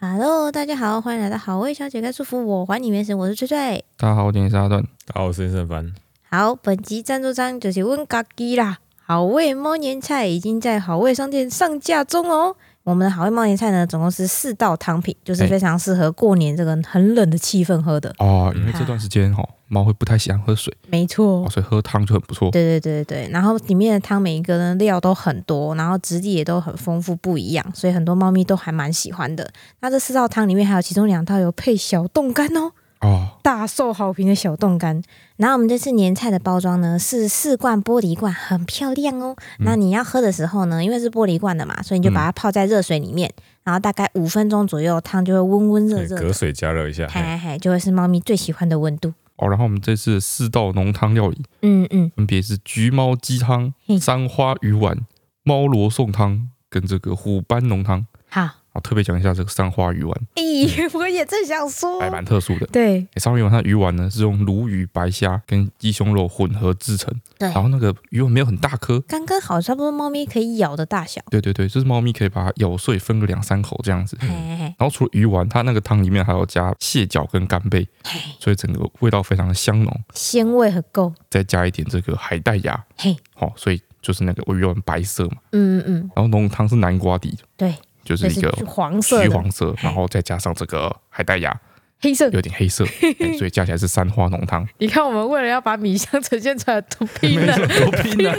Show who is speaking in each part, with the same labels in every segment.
Speaker 1: Hello，大家好，欢迎来到好味小姐该祝福我还你原形，我是翠翠。
Speaker 2: 大家好，我点是阿段。
Speaker 3: 大家好，我是沈凡。
Speaker 1: 好，本集赞助商就是温嘎鸡啦。好味猫年菜已经在好味商店上架中哦。我们的好味猫年菜呢，总共是四道汤品，就是
Speaker 2: 哎
Speaker 1: 非常适合过年这个很冷的气氛喝的。
Speaker 2: 哦，因为这段时间哈，
Speaker 1: 嗯
Speaker 2: 猫会不太喜欢喝水，
Speaker 1: 没错
Speaker 2: 哦，，所以喝汤就很不错。
Speaker 1: 对对对对对。然后里面的汤每一个呢料都很多，然后质地也都很丰富不一样，所以很多猫咪都还蛮喜欢的。那这四道汤里面还有其中两道有配小冻干哦。
Speaker 2: 哦，
Speaker 1: 大受好评的小冻干。然后我们这次年菜的包装呢是四罐玻璃罐，很漂亮哦。
Speaker 2: 嗯
Speaker 1: 那你要喝的时候呢，因为是玻璃罐的嘛，所以你就把它泡在热水里面，然后大概五分钟左右，汤就会温温热
Speaker 3: 哎
Speaker 1: 热
Speaker 3: 隔
Speaker 1: 的，
Speaker 3: 水加热一下，
Speaker 1: 嗨
Speaker 3: 嘿
Speaker 1: 嗨嗨，就会是猫咪最喜欢的温度。
Speaker 2: 哦，然后我们这次四道浓汤料理
Speaker 1: 嗯嗯，
Speaker 2: 分别是橘猫鸡汤
Speaker 1: 嘿、
Speaker 2: 三花鱼丸、猫罗宋汤跟这个虎斑浓汤。
Speaker 1: 好。
Speaker 2: 啊，特别讲一下这个三花鱼丸，
Speaker 1: 咦、哎 我也正想说
Speaker 2: 还，蛮特殊的。
Speaker 1: 对
Speaker 2: 欸三花鱼丸它的鱼丸呢是用鲈鱼、白虾跟鸡胸肉混合制成，
Speaker 1: 对
Speaker 2: 然，后那个鱼丸没有很大颗，
Speaker 1: 刚刚好，差不多猫咪可以咬的大小。
Speaker 2: 对对对，就是猫咪可以把它咬碎分个两三口这样子。
Speaker 1: 嘿嘿
Speaker 2: 然后除了鱼丸，它那个汤里面还有加蟹脚跟干贝，
Speaker 1: 嘿，嘿
Speaker 2: 所以整个味道非常的香浓，
Speaker 1: 鲜味很够。
Speaker 2: 再加一点这个海带芽，
Speaker 1: 嘿，
Speaker 2: 好、所以就是那个鱼丸白色嘛，
Speaker 1: 嗯嗯嗯，
Speaker 2: 然后浓汤是南瓜底，
Speaker 1: 对，
Speaker 2: 就是
Speaker 1: 这
Speaker 2: 一
Speaker 1: 是
Speaker 2: 个
Speaker 1: 黄色
Speaker 2: 橘
Speaker 1: 的、
Speaker 2: 黄色，然后再加上这个海带芽，
Speaker 1: 黑色的
Speaker 2: 有点 黑色，哎所以加起来是三花浓汤，
Speaker 1: 你看，我们为了要把米香呈现出来，都拼了。
Speaker 2: 多拼 啊，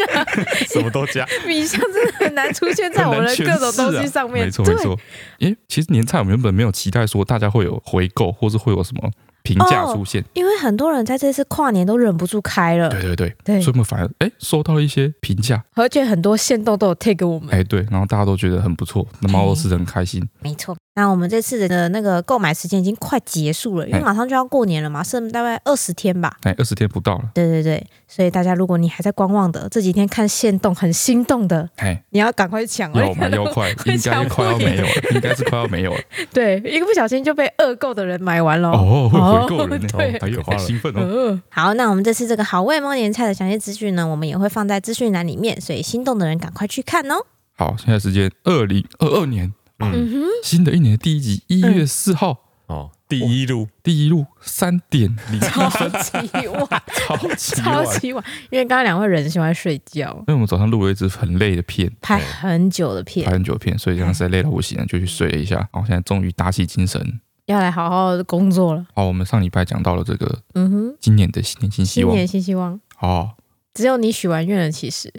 Speaker 3: 什么都加。
Speaker 1: 米香真的很难出现在我们的
Speaker 2: 很
Speaker 1: 各
Speaker 2: 难
Speaker 1: 种
Speaker 2: 诠释啊
Speaker 1: 东西上面。
Speaker 2: 没错
Speaker 1: 对
Speaker 2: 没错。诶，其实年菜我们原本没有期待说大家会有回购，或是会有什么评价
Speaker 1: 哦
Speaker 2: 出现，
Speaker 1: 因为很多人在这次跨年都忍不住开了，
Speaker 2: 对对对，
Speaker 1: 对
Speaker 2: 所以我们反而诶收到一些评价，
Speaker 1: 而且很多线动都有 take 给我们。
Speaker 2: 哎，对，然后大家都觉得很不错，那猫肉吃的很开心。
Speaker 1: 没错，那我们这次的那个购买时间已经快结束了，因为
Speaker 2: 哎
Speaker 1: 马上就要过年了嘛，剩大概二十天吧。
Speaker 2: 哎，二十天不到了，
Speaker 1: 对对对，所以大家如果你还在观望的，这几天看线动很心动的，
Speaker 2: 哎，
Speaker 1: 你要赶快抢
Speaker 2: 要
Speaker 1: 哦。
Speaker 2: 买要快，
Speaker 1: 会
Speaker 2: 应
Speaker 1: 抢
Speaker 2: 该
Speaker 1: 不
Speaker 2: 快要
Speaker 1: 赢
Speaker 2: 没有了，应该是快要没有了。
Speaker 1: 对，一个不小心就被恶购的人买完了。
Speaker 2: 哦，会回购人呢，
Speaker 1: 哦对
Speaker 2: 哎呦，好兴奋哦！
Speaker 1: 嗯，好，那我们这次这个好味猫年菜的详细资讯呢，我们也会放在资讯栏里面，所以心动的人赶快去看哦。
Speaker 2: 好，现在时间二零二二年
Speaker 3: 嗯，
Speaker 1: 哼，
Speaker 2: 新的一年的第一集，一月四号，
Speaker 3: 哦，第一路
Speaker 2: 第一路三点零
Speaker 1: 超级晚，
Speaker 2: 超级
Speaker 1: 超
Speaker 2: 晚。
Speaker 1: 级晚，因为刚刚两位人喜欢睡觉，
Speaker 2: 因为我们早上录了一支很累的片，
Speaker 1: 拍很久的片
Speaker 2: 拍，很久的片，所以这样实在累到不行了，就去睡了一下。然后现在终于打起精神。
Speaker 1: 要来好好工作了。
Speaker 2: 好，我们上礼拜讲到了这个
Speaker 1: 嗯哼，
Speaker 2: 今年的新年新希
Speaker 1: 新
Speaker 2: 望
Speaker 1: 年新希望，
Speaker 2: 哦，
Speaker 1: 只有你许完愿了，其实，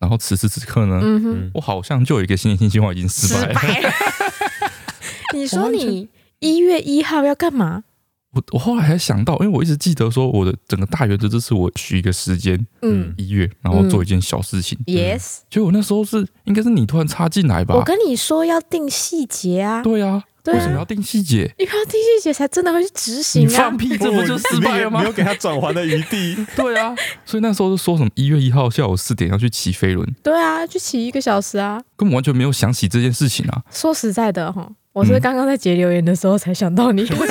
Speaker 2: 然后此时此刻呢，
Speaker 1: 嗯哼，
Speaker 3: 嗯
Speaker 2: 我好像就有一个新年新希望已经失
Speaker 1: 失
Speaker 2: 败了。
Speaker 1: 败了。 你说你一月一号要干嘛？
Speaker 2: 我我后来还想到，因为我一直记得说我的整个大原则就是我许一个时间
Speaker 1: 嗯
Speaker 2: 一月，然后做一件小事情。
Speaker 1: ，yes，
Speaker 2: 结果那时候是应该是你突然插进来
Speaker 1: 我
Speaker 2: 吧？
Speaker 1: 跟你说要定细节啊，
Speaker 2: 对啊，
Speaker 1: 对
Speaker 2: 为什么
Speaker 1: 啊，
Speaker 2: 要定细节？
Speaker 1: 因为要定细节才真的会去执
Speaker 2: 你
Speaker 1: 行啊
Speaker 2: 放。屁，这不就失败了吗
Speaker 3: 没有？给他转圜的余地。
Speaker 2: 对啊，所以那时候就说什么一月一号下午四点要去骑飞轮，
Speaker 1: 对啊，去骑一个小时啊。
Speaker 2: 根本完全没有想起这件事情啊。
Speaker 1: 说实在的哈，我是
Speaker 2: 嗯
Speaker 1: 刚刚在截留言的时候才想到你，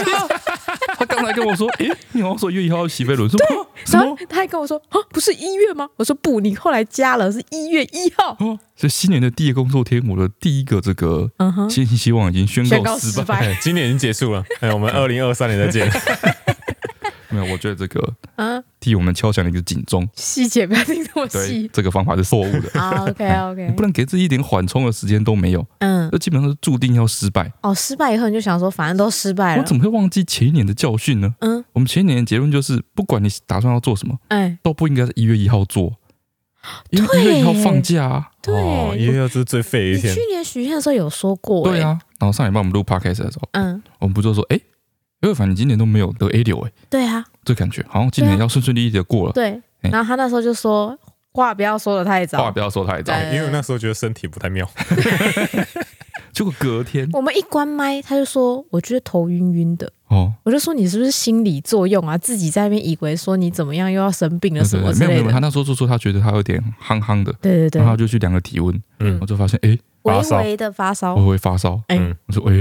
Speaker 2: 他刚才跟我说， 诶，你好像说一月一号要骑飞轮，我说啊什
Speaker 1: 然
Speaker 2: 么
Speaker 1: 后？他还跟我说啊，不是一月吗？我说不，你后来加了是一月一号。
Speaker 2: 哦，所以新年的第一个工作天，我的第一个这个
Speaker 1: 嗯哼，
Speaker 2: 新希望已经宣
Speaker 1: 宣告
Speaker 2: 告
Speaker 1: 失
Speaker 2: 失败。
Speaker 1: 败。
Speaker 3: 哎，今年已经结束了，哎，我们二零二三年再见。
Speaker 2: 没有，我觉得这个
Speaker 1: 嗯，
Speaker 2: 替我们敲响了一个 警钟。
Speaker 1: 细节不要听这么
Speaker 2: 对，
Speaker 1: 细。。
Speaker 2: 这个方法是错误的
Speaker 1: 啊，OK
Speaker 2: 你
Speaker 1: OK，
Speaker 2: 不能给自己一点缓冲的时间都没有，
Speaker 1: 嗯，
Speaker 2: 这基本上是注定要失败。
Speaker 1: 哦，失败以后你就想说，反正都失败
Speaker 2: 我
Speaker 1: 了，
Speaker 2: 怎么会忘记前一年的教训呢？
Speaker 1: 嗯，
Speaker 2: 我们前一年的结论就是，不管你打算要做什么，
Speaker 1: 哎，
Speaker 2: 都不应该在一月一 号做，因为
Speaker 1: 对
Speaker 2: 一月一号放假啊。
Speaker 1: 对，
Speaker 3: 哦，一
Speaker 1: 你
Speaker 3: 月二是最废的一
Speaker 1: 你
Speaker 3: 天
Speaker 1: 去。年许愿的时候有说过，
Speaker 2: 对
Speaker 1: 哎，
Speaker 2: 啊，然后上礼拜我们录 podcast 的时候，
Speaker 1: 嗯，
Speaker 2: 我们不就说，哎，因为反正你今年都没有得 A 流，哎，
Speaker 1: 对啊，
Speaker 2: 这感觉好像今年
Speaker 1: 对啊
Speaker 2: 要顺顺利利的过了。
Speaker 1: 对。啊
Speaker 2: 哎
Speaker 1: 然后他那时候就说话不要说的太
Speaker 2: 话
Speaker 1: 早
Speaker 2: 不，要说太
Speaker 1: 对
Speaker 2: 早，
Speaker 3: 哎因为我那时候觉得身体不太妙，
Speaker 2: 结果隔天
Speaker 1: 我们一关麦他就说，我觉得头晕晕的。
Speaker 2: 哦，
Speaker 1: 我就说你是不是心理作用啊？自己在那边以为说你怎么样又要生病了
Speaker 2: 对
Speaker 1: 什
Speaker 2: 对
Speaker 1: 么
Speaker 2: 对，
Speaker 1: 之
Speaker 2: 没有没
Speaker 1: 类
Speaker 2: 有没有，
Speaker 1: 的
Speaker 2: 他。那时候就说他觉得他有点憨憨的，
Speaker 1: 对对对
Speaker 2: 然后，他就去量了体温，然
Speaker 3: 嗯
Speaker 2: 后，就发现哎，
Speaker 1: 微
Speaker 3: 发烧
Speaker 1: 微的发烧
Speaker 2: 我。会发烧，
Speaker 1: 哦哎
Speaker 2: 我说哎，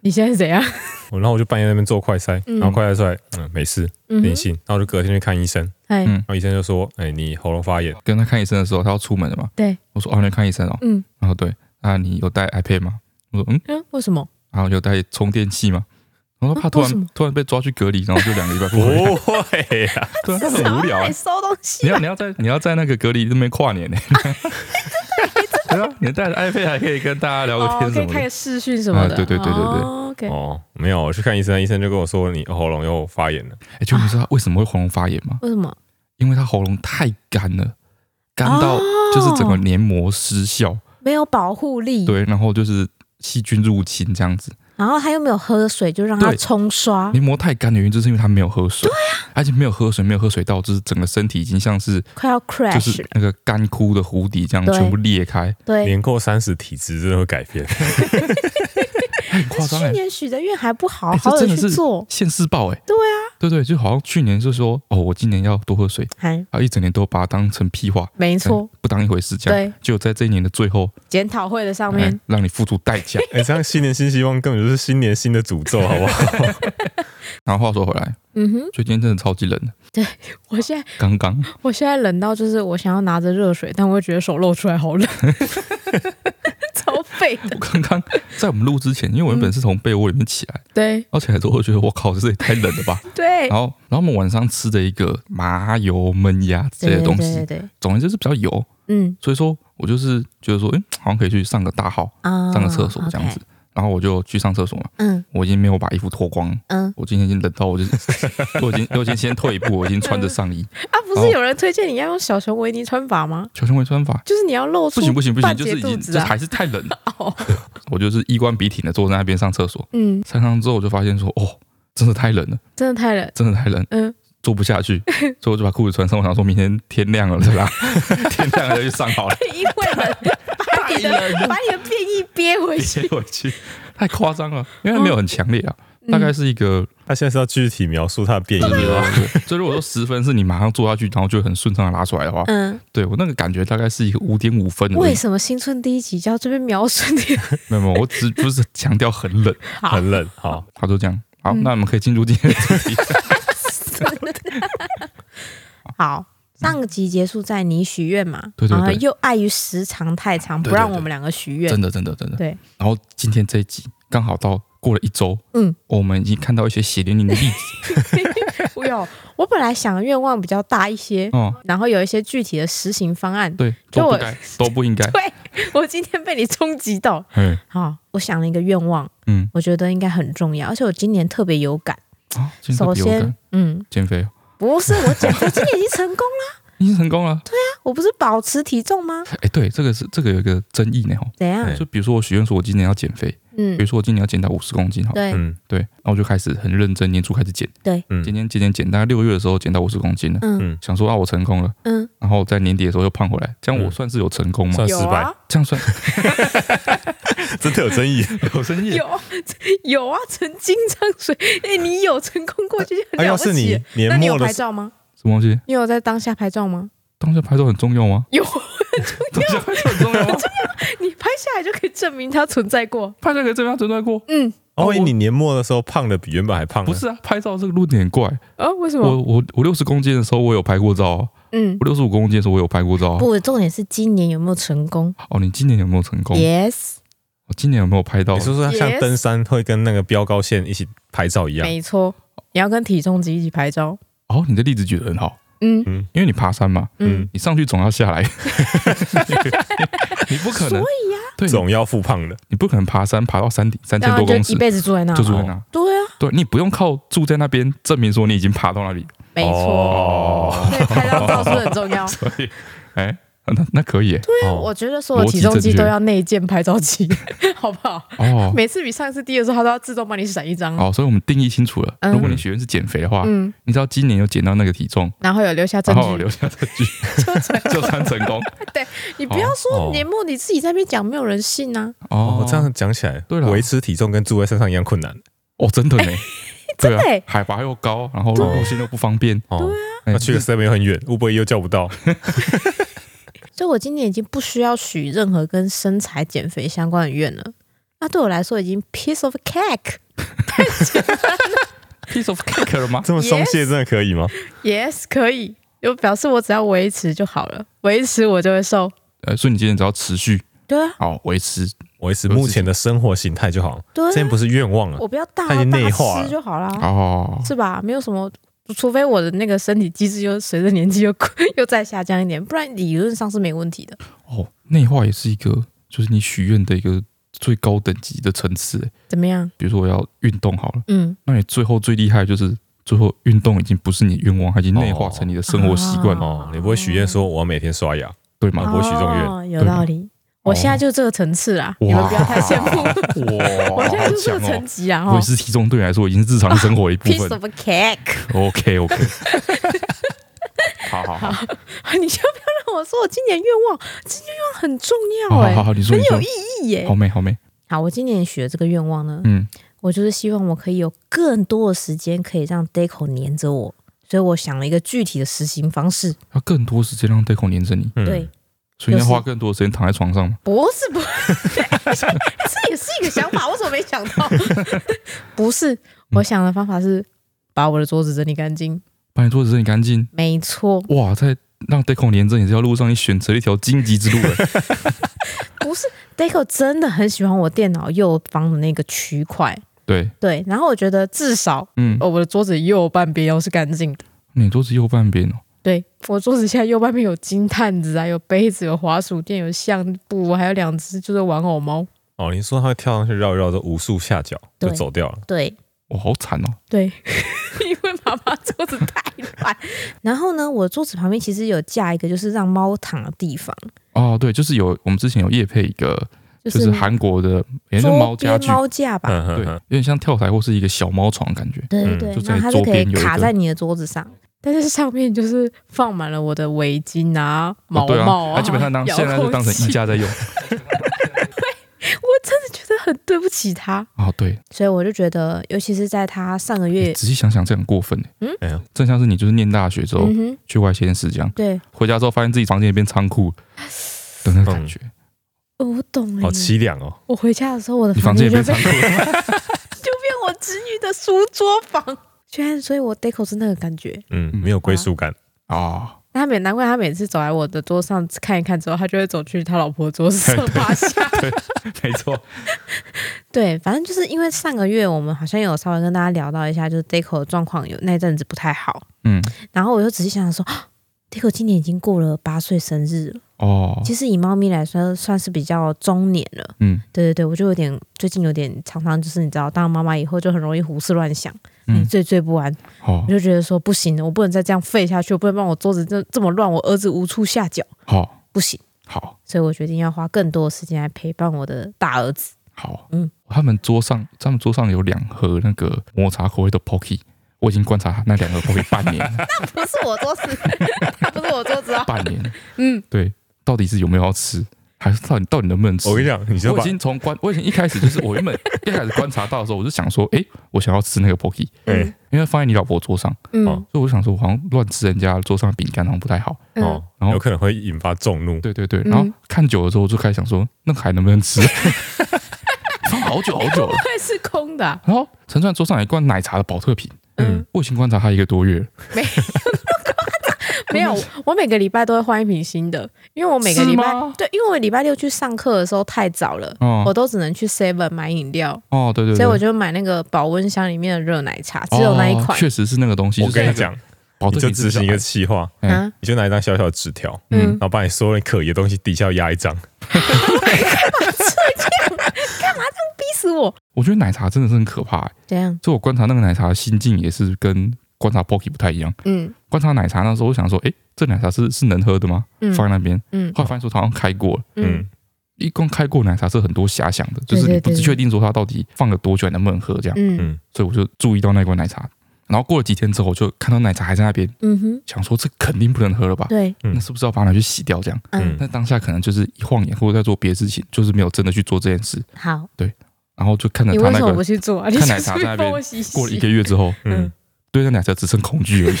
Speaker 1: 你现在是怎样？
Speaker 3: 我然后我就半夜在那边做快筛，
Speaker 1: 嗯
Speaker 3: 然后快筛出来，嗯，没事，
Speaker 1: 嗯
Speaker 3: 阴
Speaker 1: 哼，
Speaker 3: 性，然后我就隔天去看医生，
Speaker 1: 哎，
Speaker 2: 嗯
Speaker 3: 然后医生就说，哎，你喉咙发炎，
Speaker 2: 跟他看医生的时候，他要出门了嘛，
Speaker 1: 对，
Speaker 2: 我说哦，你要看医生哦，
Speaker 1: 嗯
Speaker 2: 然后对，那你有带 iPad 吗？我说嗯，
Speaker 1: 嗯，为什么？
Speaker 2: 然后有带充电器吗？我说
Speaker 1: 嗯
Speaker 2: 怕突
Speaker 1: 为什
Speaker 2: 然
Speaker 1: 么
Speaker 2: 突然被抓去隔离，然后就两个礼拜不 回来，
Speaker 3: 不会呀，
Speaker 2: 对啊，那
Speaker 1: 少
Speaker 2: 很无聊啊
Speaker 1: 来。收东西
Speaker 2: 你要你要在你要在那个隔离那边 跨年呢、对啊，你带着 iPad 还可以跟大家聊个
Speaker 1: 哦，
Speaker 2: 天
Speaker 1: 可
Speaker 2: 什
Speaker 1: 以
Speaker 2: 么
Speaker 1: 开
Speaker 2: 的。
Speaker 1: 个视讯什么的，
Speaker 2: 啊对对对对对
Speaker 1: 哦，OK，
Speaker 3: 哦，没有，我去看医生，医生就跟我说你喉咙又发炎了，
Speaker 2: 哎、就你知道为什么会喉咙发炎吗？
Speaker 1: 为什么？
Speaker 2: 因为他喉咙太干了，干到
Speaker 1: 哦
Speaker 2: 就是整个黏膜失效，
Speaker 1: 没有保护力，
Speaker 2: 对，然后就是细菌入侵这样子。
Speaker 1: 然后他又没有喝水，就让他
Speaker 2: 对
Speaker 1: 冲刷，
Speaker 2: 黏膜太干的原因就是因为他没有喝水，而且没有喝水，没有喝水到就是整个身体已经像是
Speaker 1: 快要
Speaker 2: 就
Speaker 1: crash
Speaker 2: 是
Speaker 1: 了，
Speaker 2: 那个干枯的蝴蝶这样
Speaker 1: 对
Speaker 2: 全部裂开，
Speaker 1: 对。
Speaker 3: 年过三十体质真的会改变，
Speaker 2: 很夸张
Speaker 1: 去
Speaker 2: 哎、
Speaker 1: 年许的愿还不好
Speaker 2: 哎
Speaker 1: 好
Speaker 2: 这
Speaker 1: 的
Speaker 2: 真的
Speaker 1: 去
Speaker 2: 是
Speaker 1: 做，
Speaker 2: 现世报哎、
Speaker 1: 对啊，
Speaker 2: 对对，就好像去年就说哦，我今年要多喝水，
Speaker 1: 还
Speaker 2: 啊，一整年都把它当成屁话，
Speaker 1: 没错
Speaker 2: 嗯，不当一回事，这样。
Speaker 1: 对，
Speaker 2: 就在这一年的最后，
Speaker 1: 检讨会的上
Speaker 2: 哎
Speaker 1: 面，
Speaker 2: 让你付出代价。
Speaker 3: 哎，这样新年新希望根本就是新年新的诅咒，好不好？
Speaker 2: 然后话说回来，
Speaker 1: 嗯哼，
Speaker 2: 最近真的超级冷的，
Speaker 1: 我现在
Speaker 2: 刚刚
Speaker 1: 我现在冷到就是我想要拿着热水，但我会觉得手露出来好冷， 超废的。
Speaker 2: 我刚 刚在我们录之前，因为我原本是从被窝里面起来，
Speaker 1: 对
Speaker 2: 然后起来之后我觉得我靠，这也太冷了 吧。
Speaker 1: 对
Speaker 2: 然后，然后我们晚上吃的一个麻油焖鸭之类
Speaker 1: 对
Speaker 2: 的东
Speaker 1: 对对
Speaker 2: 西，
Speaker 1: 对，
Speaker 2: 总而言之就是比较油，
Speaker 1: 嗯
Speaker 2: 所以说我就是觉得说，哎，好像可以去上个大号，
Speaker 1: 啊，
Speaker 2: 上个厕所这样子
Speaker 1: OK，。
Speaker 2: 然后我就去上厕所嘛，
Speaker 1: 嗯
Speaker 2: 我已经没有把衣服脱光，
Speaker 1: 嗯
Speaker 2: 我今天已经冷到 我就是，我已经我已经先退一步，我已经穿着上衣，
Speaker 1: 啊，不
Speaker 2: 然后
Speaker 1: 是有人推荐你要用小熊维尼穿法吗？
Speaker 2: 小熊维穿法。
Speaker 1: 就是你要露出
Speaker 2: 不行不行不行，
Speaker 1: 半
Speaker 2: 就
Speaker 1: 截
Speaker 2: 是已
Speaker 1: 肚
Speaker 2: 经
Speaker 1: 子
Speaker 2: 就
Speaker 1: 啊，
Speaker 2: 是还是太冷了。
Speaker 1: 哦
Speaker 2: 我就是衣冠笔挺的坐在那边上厕所，
Speaker 1: 嗯，
Speaker 2: 上上之后我就发现说，哦，真的太冷了，
Speaker 1: 真的太冷，
Speaker 2: 真的太冷，
Speaker 1: 嗯，
Speaker 2: 坐不下去，所以我就把裤子穿上。我想说明天天亮了再来， 天亮了就去上好 了，
Speaker 1: 因为冷把你的把你的变异憋回
Speaker 2: 憋
Speaker 1: 去，
Speaker 2: 回去，太夸张了，因为它没有很强烈啊，
Speaker 1: 嗯
Speaker 2: 大概是一个，
Speaker 3: 他现在是要具体描述他的变异
Speaker 2: 对啊
Speaker 3: 吗？
Speaker 2: 所以如果说十分是你马上坐下去，然后就很顺畅的拉出来的话，
Speaker 1: 嗯。
Speaker 2: 对我那个感觉大概是一个五点五分而
Speaker 1: 为
Speaker 2: 已。
Speaker 1: 什么新春第一集就要这边描述你？
Speaker 2: 没有没有，我只不是强调很冷，
Speaker 1: 好
Speaker 3: 很冷，好，
Speaker 2: 他就这样。好，
Speaker 1: 嗯
Speaker 2: 那我们可以进入今天的主 题。
Speaker 1: 好，上个集结束在你许愿嘛，
Speaker 2: 嗯对对对
Speaker 1: 然后又碍于时长太长，
Speaker 2: 对
Speaker 1: 不
Speaker 2: 对
Speaker 1: 让
Speaker 2: 对
Speaker 1: 我们两个许愿
Speaker 2: 真。的真的真的。
Speaker 1: 对，
Speaker 2: 然后今天这一集刚好到过了一周，
Speaker 1: 嗯，
Speaker 2: 我们已经看到一些血淋淋的例子
Speaker 1: 我有，我本来想的愿望比较大一些，
Speaker 2: 哦，
Speaker 1: 然后有一些具体的实行方案。
Speaker 2: 对，
Speaker 1: 就
Speaker 2: 都
Speaker 1: 我
Speaker 2: 不该，都不应该。
Speaker 1: 对我今天被你冲击到，
Speaker 2: 嗯
Speaker 1: 好，我想了一个愿望，
Speaker 2: 嗯，
Speaker 1: 我觉得应该很重要，而且我今年特别有感。
Speaker 2: 啊，今天特
Speaker 1: 首
Speaker 2: 别有感
Speaker 1: 先，嗯，
Speaker 2: 减肥哦，
Speaker 1: 不是我减肥，今年已经成功了，
Speaker 2: 已经成功了。
Speaker 1: 我不是保持体重吗？
Speaker 2: 哎，对，这个是这个有一个争议呢哦。
Speaker 1: 怎样
Speaker 3: 哎？
Speaker 2: 就比如说我许愿说我今年要减肥，比如
Speaker 1: 嗯，
Speaker 2: 说我今年要减到五十公斤哈，
Speaker 1: 对，
Speaker 3: 嗯
Speaker 2: 对，然后我就开始很认真，年初开始减，今
Speaker 3: 嗯，
Speaker 2: 天减减减，大概六月的时候减到五十公斤了，
Speaker 1: 嗯
Speaker 3: 嗯
Speaker 2: 想说啊我成功了，
Speaker 1: 嗯，
Speaker 2: 然后在年底的时候又胖回来，这样我
Speaker 3: 嗯
Speaker 2: 算是有成功吗？
Speaker 3: 算失
Speaker 1: 有啊
Speaker 3: 败，，
Speaker 2: 这样算
Speaker 3: 真的有争议。
Speaker 2: 有生意？
Speaker 1: 有啊有啊，曾经张水，哎、你有成功过就很
Speaker 3: 啊，
Speaker 1: 了
Speaker 3: 要
Speaker 1: 不起。
Speaker 3: 是你
Speaker 1: 那
Speaker 3: 年
Speaker 1: 你有
Speaker 3: 末的
Speaker 1: 拍
Speaker 3: 时
Speaker 1: 照吗？
Speaker 2: 什么东西？
Speaker 1: 你有在当下拍照吗？
Speaker 2: 当下拍照很重要吗？
Speaker 1: 有，
Speaker 2: 当下拍照很重要吗？
Speaker 1: 你拍下来就可以证明它存在过。
Speaker 2: 拍照可以这样存在过？
Speaker 1: 嗯，
Speaker 3: 候，
Speaker 2: 我
Speaker 3: 万一你年末的时候胖的比原本还胖，
Speaker 2: 不是啊，拍照这个论点很怪。
Speaker 1: 啊，为什么？
Speaker 2: 我我我六十公斤的时候我有拍过照啊，
Speaker 1: 嗯，
Speaker 2: 我六十五公斤的时候我有拍过照啊。
Speaker 1: 不，重点是今年有没有成功
Speaker 2: 哦，你今年有没有成功？
Speaker 1: ？Yes，
Speaker 2: 我今年有没有拍到
Speaker 3: 你？说说像登山会跟那个标高线一起拍照一样，
Speaker 1: 没错，你要跟体重机一起拍照。
Speaker 2: 哦，你的例子举得很好，
Speaker 1: 嗯
Speaker 2: 因为你爬山嘛，
Speaker 1: 嗯
Speaker 3: 嗯，
Speaker 2: 你上去总要 下来，你不可能，
Speaker 1: 以呀、啊
Speaker 2: 对，你
Speaker 3: 总要复胖的，
Speaker 2: 你不可能爬山爬到山顶三千
Speaker 1: 然
Speaker 2: 多
Speaker 1: 后
Speaker 2: 公
Speaker 1: 就
Speaker 2: 尺
Speaker 1: 一辈子住在那。
Speaker 2: 就住在那，
Speaker 1: 对啊，
Speaker 2: 对你不用靠住在那边证明说你已经爬到那里，
Speaker 1: 没错，
Speaker 3: 哦
Speaker 1: 所以拍张照是很重要。
Speaker 2: 所以，哎，那那可以耶，
Speaker 1: 对啊，
Speaker 3: 哦
Speaker 1: 我觉得所有体重机都要内建拍照机， 好不好？
Speaker 2: 哦
Speaker 1: 每次比上次低的时候，它都要自动帮你闪一张。
Speaker 2: 哦，所以我们定义清楚了，
Speaker 1: 嗯
Speaker 2: 如果你许愿是减肥的话，
Speaker 1: 嗯，
Speaker 2: 你知道今年有减到那个体重，
Speaker 1: 然后有留下证
Speaker 2: 然后我
Speaker 1: 据
Speaker 2: 留。下证据，就算成功
Speaker 1: 你不要说
Speaker 3: 哦
Speaker 1: 年末你自己在那边讲，没有人信啊。
Speaker 2: 哦
Speaker 3: 哦，这样讲起来，
Speaker 2: 对了
Speaker 3: 维持体重跟住在身上一样困难。
Speaker 2: 哦，真的呢，
Speaker 1: 真
Speaker 2: 对
Speaker 1: 的
Speaker 2: 啊
Speaker 1: 欸
Speaker 2: 海拔又高，然后路线又不方便，
Speaker 3: 哦，
Speaker 2: 哎
Speaker 3: 那去个 seven 又很远，乌龟又叫不到。
Speaker 1: 所以我今年已经不需要许任何跟身材减肥相关的愿了。那对我来说已经 piece of cake，
Speaker 2: piece of cake 了 吗？
Speaker 3: 这么松懈真的可以吗？
Speaker 1: Yes，可以，就表示我只要维持就好了，维持我就会瘦。
Speaker 2: 呃，所以你今天只要持续
Speaker 4: 对啊，
Speaker 2: 好维持，
Speaker 3: 维持目前的生活形态就好。
Speaker 4: 对
Speaker 3: 之前
Speaker 4: 啊，
Speaker 3: 不是愿望
Speaker 1: 哦
Speaker 3: 了，
Speaker 4: 我不要大
Speaker 3: 它已经内化
Speaker 4: 大
Speaker 3: 了
Speaker 4: 吃就好啦，
Speaker 2: 哦，
Speaker 1: 是吧？没有什么，除非我的那个身体机制又随着年纪又 又再下降一点，不然理论上是没问题的。
Speaker 2: 哦，内化也是一个，就是你许愿的一个最高等级的层次。欸
Speaker 1: 怎么样？
Speaker 2: 比如说我要运动好了，
Speaker 1: 嗯，
Speaker 2: 那你最后最厉害就是最后运动已经不是你的愿望，它已经内化成你的生活习惯了，
Speaker 3: 哦，你不会许愿说我要每天刷牙，
Speaker 2: 对
Speaker 3: 啊
Speaker 2: 吗？
Speaker 3: 不会许这种愿
Speaker 1: 哦，有道理。我现在就这个层次啦，
Speaker 2: 哇
Speaker 1: 哦你们不要太羡慕。
Speaker 2: 哇，
Speaker 1: 我现在
Speaker 2: 好
Speaker 1: 就这个
Speaker 2: 强
Speaker 1: 层
Speaker 2: 哦！
Speaker 1: 级啊，
Speaker 2: 我
Speaker 1: 哈
Speaker 2: 也是体重对你来说已经是日常生活的一部
Speaker 1: 哦，piece
Speaker 2: 分。
Speaker 1: of cake。
Speaker 2: OK OK，好好好，好
Speaker 1: 你就不要让我说我今年愿望，今年愿望很重要哎、
Speaker 2: 好好好，你说
Speaker 1: 很
Speaker 2: 你说
Speaker 1: 有，意义耶、哎
Speaker 2: 好美好美，
Speaker 4: 好，我今年许的这个愿望呢，
Speaker 2: 嗯，
Speaker 4: 我就是希望我可以有更多的时间可以让 Deco 黏着我，所以我想了一个具体的实行方式。
Speaker 2: 要更多时间让 d e c o 黏着你，
Speaker 3: 嗯
Speaker 4: 对，，
Speaker 2: 所以你要花更多的时间躺在床上嘛。
Speaker 1: 不是 不是，这也是一个想法，我怎么没想到？ 不是，我想的方法是把我的桌子整理干净。
Speaker 2: 把你桌子整理干净，
Speaker 1: 没错，
Speaker 2: 哇，在让 d e c o 黏着你这条路上，你选择了一条荆棘之路 欸
Speaker 1: 不是
Speaker 4: Deco 真的很喜欢我电脑右方的那个区块，
Speaker 2: 对，
Speaker 1: 对。然后我觉得至少、
Speaker 2: 嗯，
Speaker 1: 哦、我的桌子右半边要是干净的。
Speaker 2: 你桌子右半边哦，
Speaker 1: 对我桌子现在右半边有金探子啊，有杯子，有滑鼠垫，有相布，还有两只就是玩偶猫。
Speaker 3: 哦，你说它会跳上去绕一绕，这无数下脚就
Speaker 4: 对
Speaker 3: 走掉了。
Speaker 4: 对。
Speaker 2: 我好惨哦，
Speaker 1: 对， 因为妈妈桌子太乱，
Speaker 4: 然后呢，我桌子旁边其实有架一个就是让猫躺的地方，
Speaker 2: 哦，对，就是有我们之前有夜配一个，
Speaker 4: 就
Speaker 2: 就是韩国的，也是
Speaker 4: 周
Speaker 2: 猫家
Speaker 4: 边
Speaker 2: 具，
Speaker 4: 猫架吧。
Speaker 3: 嗯
Speaker 2: 对，
Speaker 3: 哼
Speaker 2: 有
Speaker 3: 哼，
Speaker 2: 点像跳台或是一个小猫床的感觉。
Speaker 4: 对对
Speaker 3: 嗯
Speaker 4: 对，
Speaker 2: 就在
Speaker 4: 然后它就
Speaker 2: 周
Speaker 4: 可以
Speaker 2: 边有一
Speaker 4: 卡
Speaker 2: 个
Speaker 4: 在你的桌子上。
Speaker 1: 但是上面就是放满了我的围巾啊、毛
Speaker 2: 哦对
Speaker 1: 毛
Speaker 2: 啊，它基本 上当
Speaker 1: 遥
Speaker 2: 现在就
Speaker 1: 控
Speaker 2: 当成
Speaker 1: 器
Speaker 2: 衣架在用。
Speaker 1: 我真的觉得很对不起他。
Speaker 2: 哦，对，
Speaker 4: 所以我就觉得，尤其是在它上个
Speaker 2: 你
Speaker 4: 月，
Speaker 2: 仔细想想，这很过分
Speaker 4: 嗯
Speaker 3: 哎呀
Speaker 2: 哎。正像是你就是念大学之后
Speaker 4: 嗯哼，
Speaker 2: 去外县市这样，
Speaker 4: 对，
Speaker 2: 回家之后发现自己房间也变仓库的那个感觉，
Speaker 3: 嗯
Speaker 1: 哦我懂了
Speaker 3: 好
Speaker 1: 耶，
Speaker 3: 凄凉哦。
Speaker 1: 我回家的时候，我的
Speaker 2: 你房间
Speaker 1: 间
Speaker 2: 也
Speaker 1: 就
Speaker 2: 变
Speaker 1: 变
Speaker 2: 仓库了。
Speaker 1: 就变我侄女的书桌房。
Speaker 4: 居然，所以我 Deco 是那个感觉。
Speaker 3: 嗯，没有归属感。
Speaker 2: 哦，
Speaker 1: 那他每难怪他每次走来我的桌上看一看之后，他就会走去他老婆桌子上趴下。
Speaker 2: 没错，
Speaker 4: 对，反正就是因为上个月我们好像有稍微跟大家聊到一下，就是 Deco 的状况有那阵子不太好，
Speaker 2: 嗯，
Speaker 4: 然后我就仔细想想说。啊 Deco 今年已经过了八岁生日了，
Speaker 2: 哦，
Speaker 4: 其实以猫咪来说算是比较中年了。
Speaker 2: 嗯
Speaker 4: 对对对，我就有点最近有点常常就是你知道，当妈妈以后就很容易胡思乱想，你
Speaker 2: 嗯，
Speaker 4: 惴惴不安，
Speaker 2: 好
Speaker 4: 我就觉得说不行了，我不能再这样废下去，我不能让我桌子这这么乱，我儿子无处下脚，
Speaker 2: 好
Speaker 4: 不行。
Speaker 2: 好
Speaker 4: 所以我决定要花更多的时间来陪伴我的大儿子。
Speaker 2: 好，
Speaker 4: 嗯
Speaker 2: 嗯，他们桌上他们桌上有两盒那个抹茶口味的 Pocky。我已经观察那两盒 Pocky 半年 了，
Speaker 1: 不是我 桌子，不是我桌
Speaker 4: 哦
Speaker 1: 子啊。
Speaker 2: 半年了，
Speaker 1: 嗯，
Speaker 2: 对，到底是有没有要吃，还是到底到底能不能吃？
Speaker 3: 我跟你讲，你就
Speaker 2: 我已
Speaker 3: 把
Speaker 2: 经从观，我已经一开始就是我原本 一开始观察到的时候，我就想说，诶，我想要吃那个 Pocky，
Speaker 3: 哎
Speaker 2: 因为放在你老婆桌上，
Speaker 1: 嗯
Speaker 3: 哦
Speaker 2: 所以我就想说，我好像乱吃人家桌上的饼干好像不太好。
Speaker 1: 嗯，
Speaker 3: 哦，
Speaker 2: 然后
Speaker 3: 有可能会引发众怒。
Speaker 2: 对对对，
Speaker 1: 嗯
Speaker 2: 然后看久了之后，我就开始想说，那个还能不能吃？ 放好久好久了。
Speaker 1: 会是空的啊。
Speaker 2: 然后陈川桌上有一罐奶茶的保特瓶，
Speaker 1: 嗯，
Speaker 2: 我已经观察他一个多月了，
Speaker 1: 没有，我每个礼拜都会换一瓶新的，因为我每个礼拜
Speaker 2: 是吗
Speaker 1: 对，因为我礼拜六去上课的时候太早了，我
Speaker 2: 哦
Speaker 1: 都只能去 Seven 买饮料，
Speaker 2: 哦，对对对，
Speaker 1: 所以我就买那个保温箱里面的热奶茶，只有那一
Speaker 2: 哦
Speaker 1: 款。
Speaker 2: 确实是那个东西。
Speaker 3: 我跟你
Speaker 2: 就是那个哦
Speaker 3: 讲，
Speaker 2: 保
Speaker 3: 你
Speaker 2: 特
Speaker 3: 就
Speaker 2: 瓶
Speaker 3: 执行一个企划，
Speaker 2: 嗯
Speaker 1: 啊，
Speaker 3: 你就拿一张小小的纸条，
Speaker 1: 嗯
Speaker 2: 嗯，
Speaker 3: 然后把你所有人可疑的东西底下压一张。
Speaker 1: 逼死我！
Speaker 2: 我觉得奶茶真的是很可怕、欸，
Speaker 4: 怎样？
Speaker 2: 所以我观察那个奶茶的心境也是跟观察 Pocky 不太一样。
Speaker 1: 嗯
Speaker 2: 观察奶茶那时候，我想说，诶，这奶茶是是能喝的吗？
Speaker 1: 嗯
Speaker 2: 放在那边，
Speaker 1: 嗯
Speaker 2: 后来发现说它好像开过了。
Speaker 1: 嗯
Speaker 3: 嗯，
Speaker 2: 一共开过奶茶是很多遐想的，就
Speaker 1: 对嗯
Speaker 2: 是
Speaker 1: 对
Speaker 2: 你不
Speaker 1: 对
Speaker 2: 知
Speaker 1: 对
Speaker 2: 确定说它到底放了多久，能不能喝这样。
Speaker 1: 嗯
Speaker 2: 所以我就注意到那罐奶茶，然后过了几天之后，我就看到奶茶还在那边，
Speaker 4: 嗯哼，
Speaker 2: 想说这肯定不能喝了吧？
Speaker 4: 对，
Speaker 3: 嗯
Speaker 2: 那是不是要把它拿去洗掉这样？
Speaker 4: 嗯
Speaker 2: 那当下可能就是一晃眼，或者在做别的事情，就是没有真的去做这件事。
Speaker 4: 好，
Speaker 2: 然后就看着
Speaker 1: 你
Speaker 2: 他
Speaker 1: 为
Speaker 2: 那
Speaker 1: 什么不
Speaker 2: 个，
Speaker 1: 去做啊？你
Speaker 2: 看奶
Speaker 1: 是
Speaker 2: 茶
Speaker 1: 不是
Speaker 2: 在那边
Speaker 1: 帮我洗洗
Speaker 2: 过了一个月之后，
Speaker 3: 嗯
Speaker 2: 对那奶茶只剩恐惧 而已。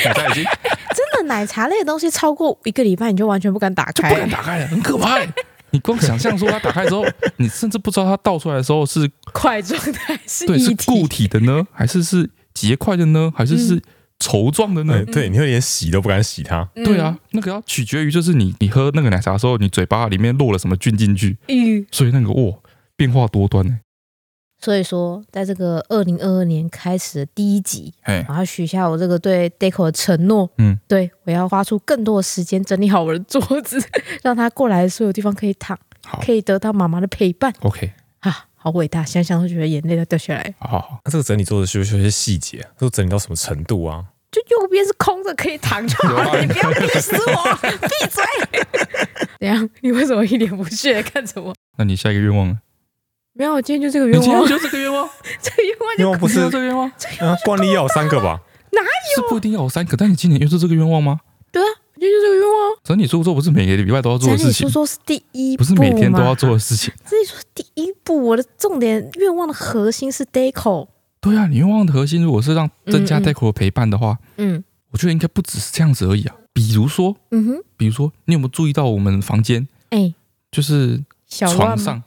Speaker 2: 奶茶已经
Speaker 4: 真的奶茶类的东西超过一个礼拜，你就完全不敢打
Speaker 2: 就
Speaker 4: 开
Speaker 2: 不。敢打开了，很可怕欸。你光想象说它打开之后，你甚至不知道它倒出来的时候是
Speaker 1: 块状的还是
Speaker 2: 对是
Speaker 1: 液
Speaker 2: 固
Speaker 1: 体？嗯
Speaker 2: 体的呢，还是是结块的呢，还是是稠状的呢？
Speaker 3: 哎对对，你会连洗都不敢洗它，
Speaker 1: 嗯
Speaker 2: 对啊，，那个要取决于就是你你喝那个奶茶的时候，你嘴巴里面落了什么菌进去，
Speaker 1: 嗯，
Speaker 2: 所以那个哇变化多端欸呢、
Speaker 4: 所以说，在这个二零二二年开始的第一集，
Speaker 2: 欸。
Speaker 4: 哎
Speaker 1: 我要许下我这个对 Deco 的承诺，
Speaker 2: 嗯，
Speaker 1: 对我要花出更多的时间整理好我的桌子， 让他过来的所有地方可以躺，
Speaker 2: 好
Speaker 1: 可以得到妈妈的陪伴
Speaker 2: OK，
Speaker 1: 啊，好伟大！想想都觉得眼泪都掉下来。
Speaker 2: 好好好，
Speaker 3: 那这个整理做的是不是有些细节啊？都整理到什么程度啊？
Speaker 1: 就右边是空着，可以躺就好
Speaker 2: 啊
Speaker 1: 了，你不要逼死我，闭嘴！ 怎样？你为什么一脸不屑地看着我？
Speaker 2: 那你下一个愿望呢？
Speaker 1: 没有，我今天就这个
Speaker 2: 你
Speaker 1: 愿
Speaker 2: 今天
Speaker 1: 望，
Speaker 2: 就这 个愿望，
Speaker 1: 这个愿望就
Speaker 3: 愿望不
Speaker 2: 你
Speaker 3: 是
Speaker 2: 就这个愿望，
Speaker 3: 啊，惯例要有三个吧？
Speaker 2: 是不一定要有三个，但你今年又是这个愿望吗？
Speaker 1: 对啊，我今天就这个愿望啊。
Speaker 2: 整体著作不是每个礼拜都要做
Speaker 1: 整
Speaker 2: 的事
Speaker 1: 理
Speaker 2: 情
Speaker 1: 说，说是第一
Speaker 2: 不
Speaker 1: 步
Speaker 2: 是每天都要
Speaker 1: 嘛
Speaker 2: 做的事情。
Speaker 1: 这是说第一步，我的重点愿望的核心是 deco。
Speaker 2: 对啊，你愿望的核心如果是让增加
Speaker 1: 嗯嗯
Speaker 2: Deco 的陪伴的话，
Speaker 1: 嗯
Speaker 2: 我觉得应该不只是这样子而已啊。比如说，
Speaker 1: 嗯哼，
Speaker 2: 比如说，你有没有注意到我们房间
Speaker 1: 哎、
Speaker 2: 就是
Speaker 1: 小
Speaker 2: 床
Speaker 1: 乱吗？
Speaker 2: 上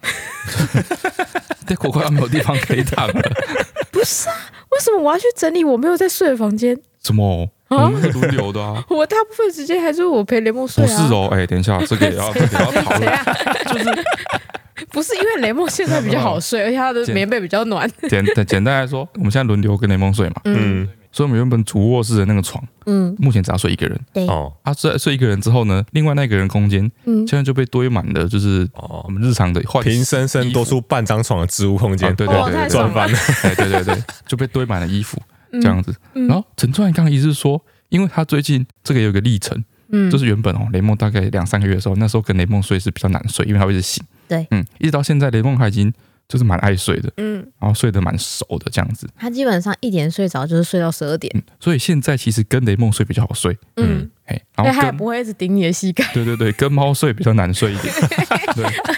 Speaker 2: ，Deco 快要没有地方可以躺了？
Speaker 1: 不是啊，为什么我要去整理我没有在睡的房间？
Speaker 2: 什么？
Speaker 1: 哦
Speaker 2: 我们是轮流的啊？
Speaker 1: 我大部分时间还是我陪雷梦睡
Speaker 2: 不
Speaker 1: 啊。
Speaker 2: 是哦，哎，等一下，这个也要这个也要讨
Speaker 1: 谁
Speaker 2: 论。
Speaker 1: 啊？就是 不是因为雷梦现在比较好睡，而且他的棉被比较暖。
Speaker 2: 简简简单来说，我们现在轮流跟雷蒙睡嘛，
Speaker 1: 嗯
Speaker 3: 嗯，
Speaker 2: 所以我们原本主卧室的那个床，
Speaker 4: 嗯，
Speaker 2: 目前只要睡一个人。
Speaker 4: 对，
Speaker 3: 哦
Speaker 2: 啊，睡睡一个人之后呢，另外那个人空间
Speaker 1: 嗯
Speaker 2: 现，在就被堆满了，就是我
Speaker 3: 哦，
Speaker 2: 们日常的换
Speaker 3: 平生生多出半张床的置物空
Speaker 2: 啊
Speaker 3: 间，
Speaker 2: 对对
Speaker 1: 哦
Speaker 2: 对
Speaker 1: 太
Speaker 2: 对
Speaker 1: 爽
Speaker 2: 对
Speaker 3: 赚
Speaker 1: 了
Speaker 3: 翻。
Speaker 2: 哎对对对，就被堆满了衣服这样子。
Speaker 1: 嗯
Speaker 2: 然后陈川刚刚一直说，因为他最近这个有一个历程，
Speaker 1: 嗯
Speaker 2: 就是原本哦，雷梦大概两三个月的时候，那时候跟雷梦睡是比较难睡，因为他会一直醒。
Speaker 4: 对，
Speaker 2: 嗯，一直到现在，雷梦他已经就是蛮爱睡的，
Speaker 1: 嗯，
Speaker 2: 然后睡得蛮熟的这样子。
Speaker 4: 他基本上一点睡着就是睡到十二点，
Speaker 2: 嗯，所以现在其实跟雷梦睡比较好睡，
Speaker 1: 嗯，
Speaker 2: 哎，然
Speaker 1: 但
Speaker 2: 后
Speaker 1: 他也
Speaker 2: 跟
Speaker 1: 不会一直顶你的膝盖，
Speaker 2: 对对对，跟猫睡比较难睡一点。对，
Speaker 1: 而且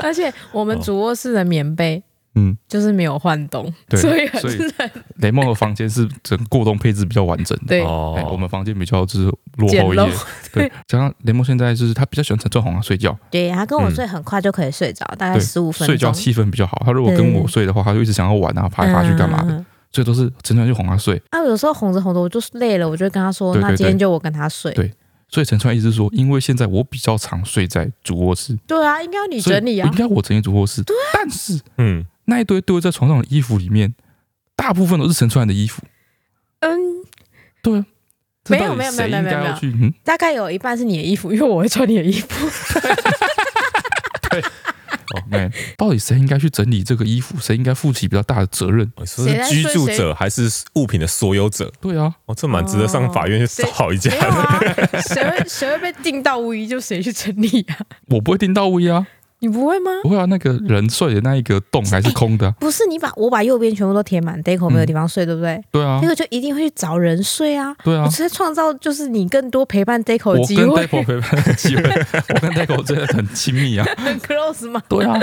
Speaker 1: 而且我
Speaker 2: 哦
Speaker 1: 们主卧室的棉被
Speaker 2: 嗯，
Speaker 1: 就是没有换动，
Speaker 2: 对
Speaker 1: 所以很
Speaker 2: 所以
Speaker 1: 冷。
Speaker 2: 雷梦的房间是整个过冬配置比较完整的。
Speaker 1: 对，
Speaker 2: 哎，我
Speaker 3: 哦，
Speaker 2: 们房间比较就是落
Speaker 1: 简
Speaker 2: 后一
Speaker 1: 陋
Speaker 2: 些，对，加上雷梦现在就是他比较喜欢陈正红啊睡觉，
Speaker 4: 对，他跟我
Speaker 3: 嗯
Speaker 4: 睡很快就可以睡着，大概
Speaker 2: 对
Speaker 4: 十五分钟，
Speaker 2: 睡觉气氛比较好。他如果跟我睡的话，他就一直想要玩啊，爬来爬去干嘛
Speaker 4: 嗯嗯嗯
Speaker 2: 的，
Speaker 4: 嗯嗯
Speaker 2: 所以都是陈川去哄他睡。
Speaker 4: 啊，有时候哄着哄着我就是累了，我就会跟他说，
Speaker 2: 对对
Speaker 4: 那今天就我跟他睡。
Speaker 2: 对所以陈川一直说，因为现在我比较常睡在主卧室，
Speaker 1: 对啊，应该要你
Speaker 2: 所以
Speaker 1: 整理啊啊
Speaker 2: 应。该我整理主卧室。但是
Speaker 3: 嗯，
Speaker 2: 那一堆堆在床上的衣服里面，大部分都是陈川的衣服。
Speaker 1: 嗯，
Speaker 2: 对啊，这
Speaker 1: 没有
Speaker 2: 到底
Speaker 1: 没有
Speaker 2: 谁
Speaker 1: 没有
Speaker 2: 应
Speaker 1: 没有
Speaker 2: 该
Speaker 1: 没
Speaker 2: 要
Speaker 1: 有
Speaker 2: 去嗯，
Speaker 1: 大概有一半是你的衣服，因为我会穿你的衣 服。
Speaker 2: 哦，哎，到底谁应该去整理这个衣服？谁应该负起比较大的责任？
Speaker 3: 哦说是居住者还是物品的所有者？
Speaker 2: 对啊，
Speaker 3: 哦，这蛮值得上法院去吵一架
Speaker 1: 没有
Speaker 3: 的。
Speaker 1: 啊，谁会谁会被定到无疑，就谁去整理 啊？
Speaker 2: 我不会定到位啊，
Speaker 1: 你不会吗？
Speaker 2: 不会啊，那个人睡的那一个洞还是空的啊、
Speaker 4: 不是你把我把右边全部都填满，Deco 没有地方睡，对不
Speaker 1: 嗯
Speaker 4: 对？
Speaker 2: 对啊
Speaker 4: 那，个就一定会去找人睡啊！
Speaker 2: 对啊
Speaker 4: 我，在创造就是你更多陪伴 Deco 的
Speaker 2: 我
Speaker 4: 机
Speaker 2: 跟
Speaker 4: 会
Speaker 2: Deco 陪伴的机会，我跟 Deco 真的很亲密啊。
Speaker 1: 很 close 吗？
Speaker 2: 对啊，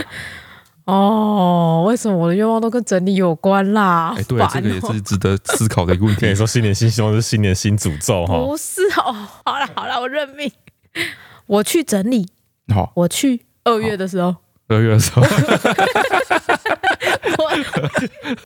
Speaker 1: 哦，为什么我的愿望都跟整理有关啦？
Speaker 2: 哎，对
Speaker 1: 好，
Speaker 2: 这
Speaker 1: 烦
Speaker 2: 个也
Speaker 1: 哦
Speaker 2: 是值得思考的一个问
Speaker 3: 跟你
Speaker 2: 题。
Speaker 3: 说，新年新希望是新年新诅咒哈。
Speaker 1: 不是哦。好啦好啦，我认命。我去整理，
Speaker 2: 好，
Speaker 1: 我去二月的时候，
Speaker 2: 二月的时候，
Speaker 1: 我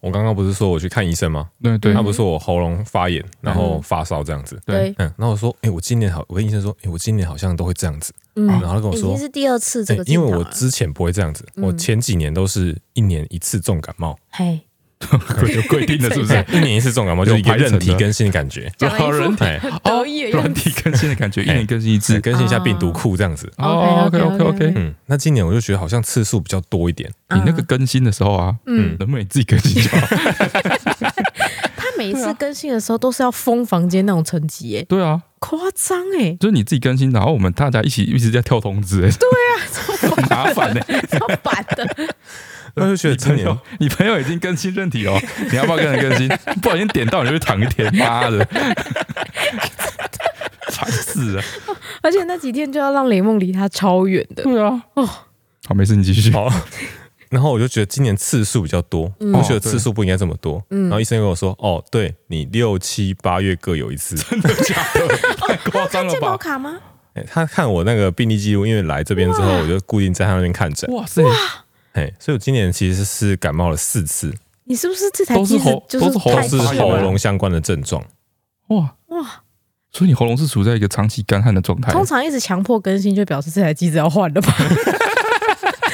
Speaker 3: 我刚刚不是说我去看医生吗？
Speaker 2: 对对
Speaker 3: 他，不是说我喉咙发炎，然后
Speaker 4: 嗯
Speaker 3: 发烧这样子。
Speaker 2: 对
Speaker 1: 对，
Speaker 3: 嗯，那我说，哎，我今年好，我跟医生说，哎，我今年好像都会这样子。
Speaker 4: 嗯
Speaker 2: 哎
Speaker 3: 然后他跟我
Speaker 4: 已
Speaker 3: 说
Speaker 4: 经，是第二次这
Speaker 3: 哎
Speaker 4: 个啊镜
Speaker 3: 因
Speaker 4: 头
Speaker 3: 为
Speaker 4: 了，
Speaker 3: 我之前不会这样子，
Speaker 4: 嗯
Speaker 3: 我前几年都是一年一次重感 冒，
Speaker 4: 嘿，
Speaker 2: 有规定的，是不是？
Speaker 3: 一年一次重感冒就是一个人体更新的感觉。
Speaker 1: 讲了一
Speaker 2: 老
Speaker 1: 副
Speaker 2: 人
Speaker 3: 哎，
Speaker 1: 很得意的样
Speaker 2: 软
Speaker 1: 子。
Speaker 2: 体更新的感觉，一年更新一
Speaker 3: 只
Speaker 2: 次。
Speaker 3: 更新一下病
Speaker 4: 啊
Speaker 3: 毒库这样子。
Speaker 2: 哦
Speaker 1: OK，OK，
Speaker 2: ，OK OK，
Speaker 1: OK，OK
Speaker 3: 嗯，那今年我就觉得好像次数比较多一点。
Speaker 2: 你那个更新的时候啊，
Speaker 1: 嗯，
Speaker 2: 能不能你自己更新就好？
Speaker 1: 他每一次
Speaker 2: 啊
Speaker 1: 更新的时候都是要封房间那种层级，耶，
Speaker 2: 对啊，
Speaker 1: 夸张哎，
Speaker 2: 就是你自己更新，然后我们大家一起一直在跳通知，哎，很麻烦呢。 欸
Speaker 1: 超烦的。
Speaker 3: 那就觉得
Speaker 2: 你
Speaker 3: 今
Speaker 2: 朋
Speaker 3: 年
Speaker 2: 友，你朋友已经更新任体哦， 你要不要跟着更新？不小心点到你就去躺一天，妈的，烦死了。
Speaker 1: 而且那几天就要让雷梦离他超远的。
Speaker 2: 对啊，
Speaker 1: 哦
Speaker 2: 好，没事，你继续。
Speaker 3: 好，然后我就觉得今年次数比较多，
Speaker 1: 嗯
Speaker 3: 我觉得次数不应该这么多。然后医生跟我说，哦，对你六七八月各有一次，
Speaker 2: 真的假的？太夸张了
Speaker 4: 健保
Speaker 2: 吧？
Speaker 4: 卡吗？
Speaker 3: 哎他看我那个病历记录，因为来这边之后，我就固定在他那边看诊。
Speaker 2: 哇塞，
Speaker 3: 哎，所以我今年其实是感冒了四次，
Speaker 1: 你是不是这台
Speaker 2: 都是
Speaker 1: 机子
Speaker 2: 喉
Speaker 1: 就
Speaker 2: 都是喉
Speaker 3: 都
Speaker 1: 太
Speaker 3: 是
Speaker 1: 臭
Speaker 3: 喉
Speaker 2: 啊
Speaker 1: 了
Speaker 3: 咙相关的症状。
Speaker 2: 哇！
Speaker 1: 哇？
Speaker 2: 所以你喉咙是处在一个长期干旱的状态。
Speaker 1: 通常一直强迫更新，就表示这台机子要换了 吧？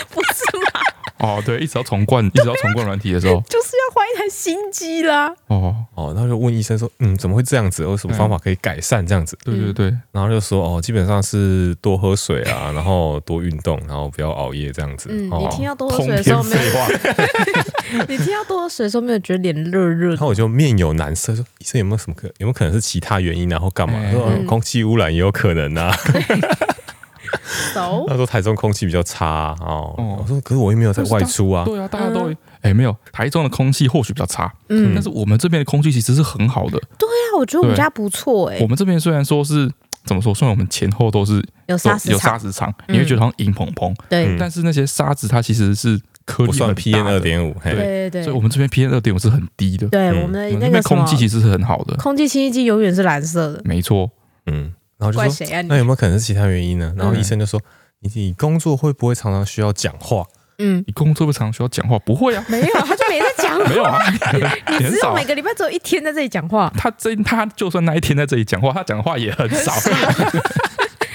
Speaker 1: 不是嘛？
Speaker 2: 哦，对，一直要重灌，一直要重灌软体的时候，
Speaker 1: 就是要换一台新机啦。
Speaker 2: 哦，
Speaker 3: 哦，然后就问医生说，嗯，怎么会这样子？有什么方法可以改善这样子？
Speaker 2: 对对对，
Speaker 3: 然后就说，哦，基本上是多喝水啊，然后多运动，然后不要熬夜这样子。
Speaker 1: 嗯，
Speaker 3: 哦
Speaker 1: 你，听到多喝
Speaker 2: 通
Speaker 1: 水的
Speaker 2: 篇
Speaker 1: 时候没
Speaker 2: 废
Speaker 1: 有？
Speaker 2: 话，
Speaker 1: 你听到多喝水的时候没有觉得脸热热
Speaker 3: 然
Speaker 1: 的？
Speaker 3: 后我就面有难色，说医生有没有什么可有没有可能是其他原因啊，然后干嘛？
Speaker 2: 哎
Speaker 3: 他说、嗯
Speaker 1: 嗯
Speaker 3: 空气污染也有可 能啊。
Speaker 1: 熟
Speaker 3: 他说台中空气比较差、啊、哦。
Speaker 2: 哦
Speaker 3: 我说可是我也没有在外出啊。
Speaker 2: 对啊，大家都哎没有，台中的空气或许比较差，
Speaker 1: 嗯
Speaker 2: 但是我们这边的空气其实是很好的。
Speaker 1: 对啊，我觉得我们家不错哎
Speaker 2: 我，们这边虽然说是怎么说，虽然我们前后都是
Speaker 1: 有
Speaker 2: 都
Speaker 1: 沙石
Speaker 2: 有沙
Speaker 1: 场，
Speaker 2: 石场，
Speaker 1: 嗯
Speaker 2: 你会觉得好像硬蓬蓬，
Speaker 1: 对
Speaker 3: 嗯
Speaker 2: 但是那些沙子它其实是颗粒
Speaker 3: 不算
Speaker 2: 很
Speaker 3: PM
Speaker 2: 大
Speaker 3: 二
Speaker 2: 的，
Speaker 3: 点五，嘿，
Speaker 1: 对对
Speaker 2: 所
Speaker 1: 对
Speaker 2: 以我，们这边 PM 二点五是很低的，
Speaker 1: 对
Speaker 3: 嗯
Speaker 1: 我们的
Speaker 2: 我们那
Speaker 1: 那个
Speaker 2: 边
Speaker 1: 什么
Speaker 2: 空气其实是很好的，
Speaker 1: 空气清新机永远是蓝色的，
Speaker 2: 没错。
Speaker 3: 嗯，然后
Speaker 1: 怪
Speaker 3: 就说
Speaker 1: 谁啊你
Speaker 3: 那？有没有可能是其他原因呢？然后
Speaker 2: 嗯
Speaker 3: 医生就说你你工作会不会常常需要讲话？
Speaker 1: 嗯，
Speaker 2: 你工作不常需要讲话，不会啊，，
Speaker 1: 没有，他就没在讲
Speaker 2: 没有啊，
Speaker 1: 你
Speaker 2: 你很
Speaker 1: 只
Speaker 2: 少
Speaker 1: 有
Speaker 2: 啊
Speaker 1: 每。个礼拜只有一天在这里讲话，
Speaker 2: 他真他就算那一天在这里讲话，他讲话也很 少。
Speaker 1: 啊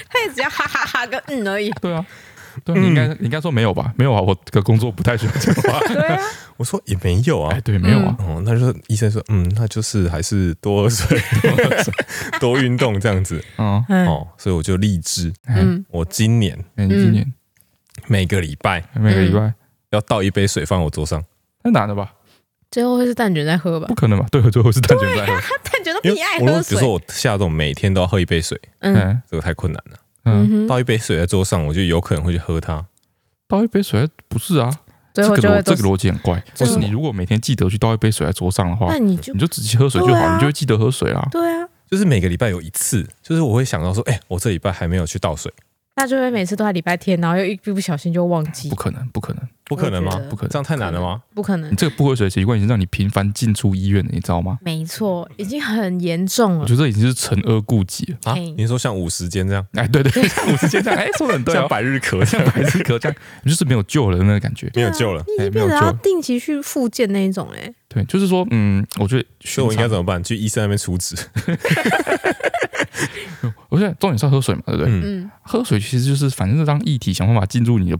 Speaker 1: 他也只要哈哈哈跟嗯而已。
Speaker 2: 对啊，对啊，你
Speaker 1: 嗯
Speaker 2: 应该你应该说没有吧？没有啊，我的工作不太需要讲 话。
Speaker 1: 对啊，
Speaker 3: 我说也没有啊
Speaker 2: 哎，。对，没有啊。
Speaker 3: 哦，那就是医生说，嗯，那就是还是多喝水、多喝水 多运动这样子
Speaker 2: 嗯，
Speaker 1: 嗯
Speaker 3: 哦。所以我就立志，
Speaker 2: 嗯，
Speaker 1: 嗯，
Speaker 3: 我今年
Speaker 2: 哎你今年
Speaker 3: 每个礼拜
Speaker 1: 嗯
Speaker 2: 每个礼拜，
Speaker 3: 要倒一杯水放我桌上，
Speaker 2: 太难了吧？
Speaker 1: 最后会是蛋卷在喝吧
Speaker 2: 不？可能吧？对，最后是蛋卷在喝。
Speaker 1: 他蛋卷都比
Speaker 3: 因
Speaker 1: 你
Speaker 3: 为
Speaker 1: 爱
Speaker 3: 我如果
Speaker 1: 喝
Speaker 3: 比如
Speaker 1: 水
Speaker 3: 说。我下这种每天都要喝一杯水，
Speaker 1: 嗯
Speaker 2: 嗯
Speaker 3: 这个太困难了。
Speaker 2: 嗯，
Speaker 1: 嗯哼，
Speaker 3: 倒一杯水在桌上，我就有可能会去喝它。
Speaker 2: 倒一杯水不是啊？
Speaker 1: 最
Speaker 2: 这
Speaker 1: 后
Speaker 2: 个
Speaker 1: 就会
Speaker 2: 逻
Speaker 1: 都
Speaker 2: 这
Speaker 1: 是
Speaker 2: 个逻辑很怪。
Speaker 1: 最
Speaker 2: 就
Speaker 1: 后
Speaker 2: 是你如果每天记得去倒一杯水在桌上的话
Speaker 1: 那，你就
Speaker 2: 你就只去喝水就
Speaker 1: 对
Speaker 2: 好，
Speaker 1: 啊
Speaker 2: 你就会记得喝水啦。
Speaker 1: 对啊，
Speaker 3: 就是每个礼拜有一次，就是我会想到说，哎、我这礼拜还没有去倒水，
Speaker 1: 那就会每次都在礼拜天，然后又一不小心就忘记
Speaker 2: 不，可能，不可能，
Speaker 3: 不可能
Speaker 1: 我觉
Speaker 3: 吗
Speaker 1: 得？
Speaker 2: 不可
Speaker 3: 这
Speaker 2: 能！
Speaker 3: 样太难了吗？
Speaker 1: 不可能
Speaker 2: 你。这个不喝水的习惯已经让你频繁进出医院了，你知道吗？
Speaker 1: 没错，已经很严重
Speaker 2: 我
Speaker 1: 了
Speaker 2: 觉。得这已经是乘恶固疾了。
Speaker 3: 啊，
Speaker 1: 哎
Speaker 3: 你说像五十间这样，
Speaker 2: 哎，对对，像五十肩 这样，哎，说的很对
Speaker 3: 像
Speaker 2: 哦，
Speaker 3: 百日咳这
Speaker 2: 像
Speaker 3: 样，
Speaker 2: 百事可这样，你就是没有救了的那个感觉。
Speaker 3: 没有救了。
Speaker 1: 你已经
Speaker 2: 哎没
Speaker 1: 变
Speaker 2: 有
Speaker 1: 得要
Speaker 2: 救
Speaker 1: 定期去复健那一种哎、
Speaker 2: 对，就是说，嗯，我觉得
Speaker 3: 所以我应该
Speaker 2: 寻
Speaker 3: 怎么办？去医生那边处置。
Speaker 2: 常，我觉得重点是要喝水嘛，对不对？
Speaker 3: 嗯，
Speaker 1: 嗯
Speaker 2: 喝水其实就是反正是让液体想办法进入你的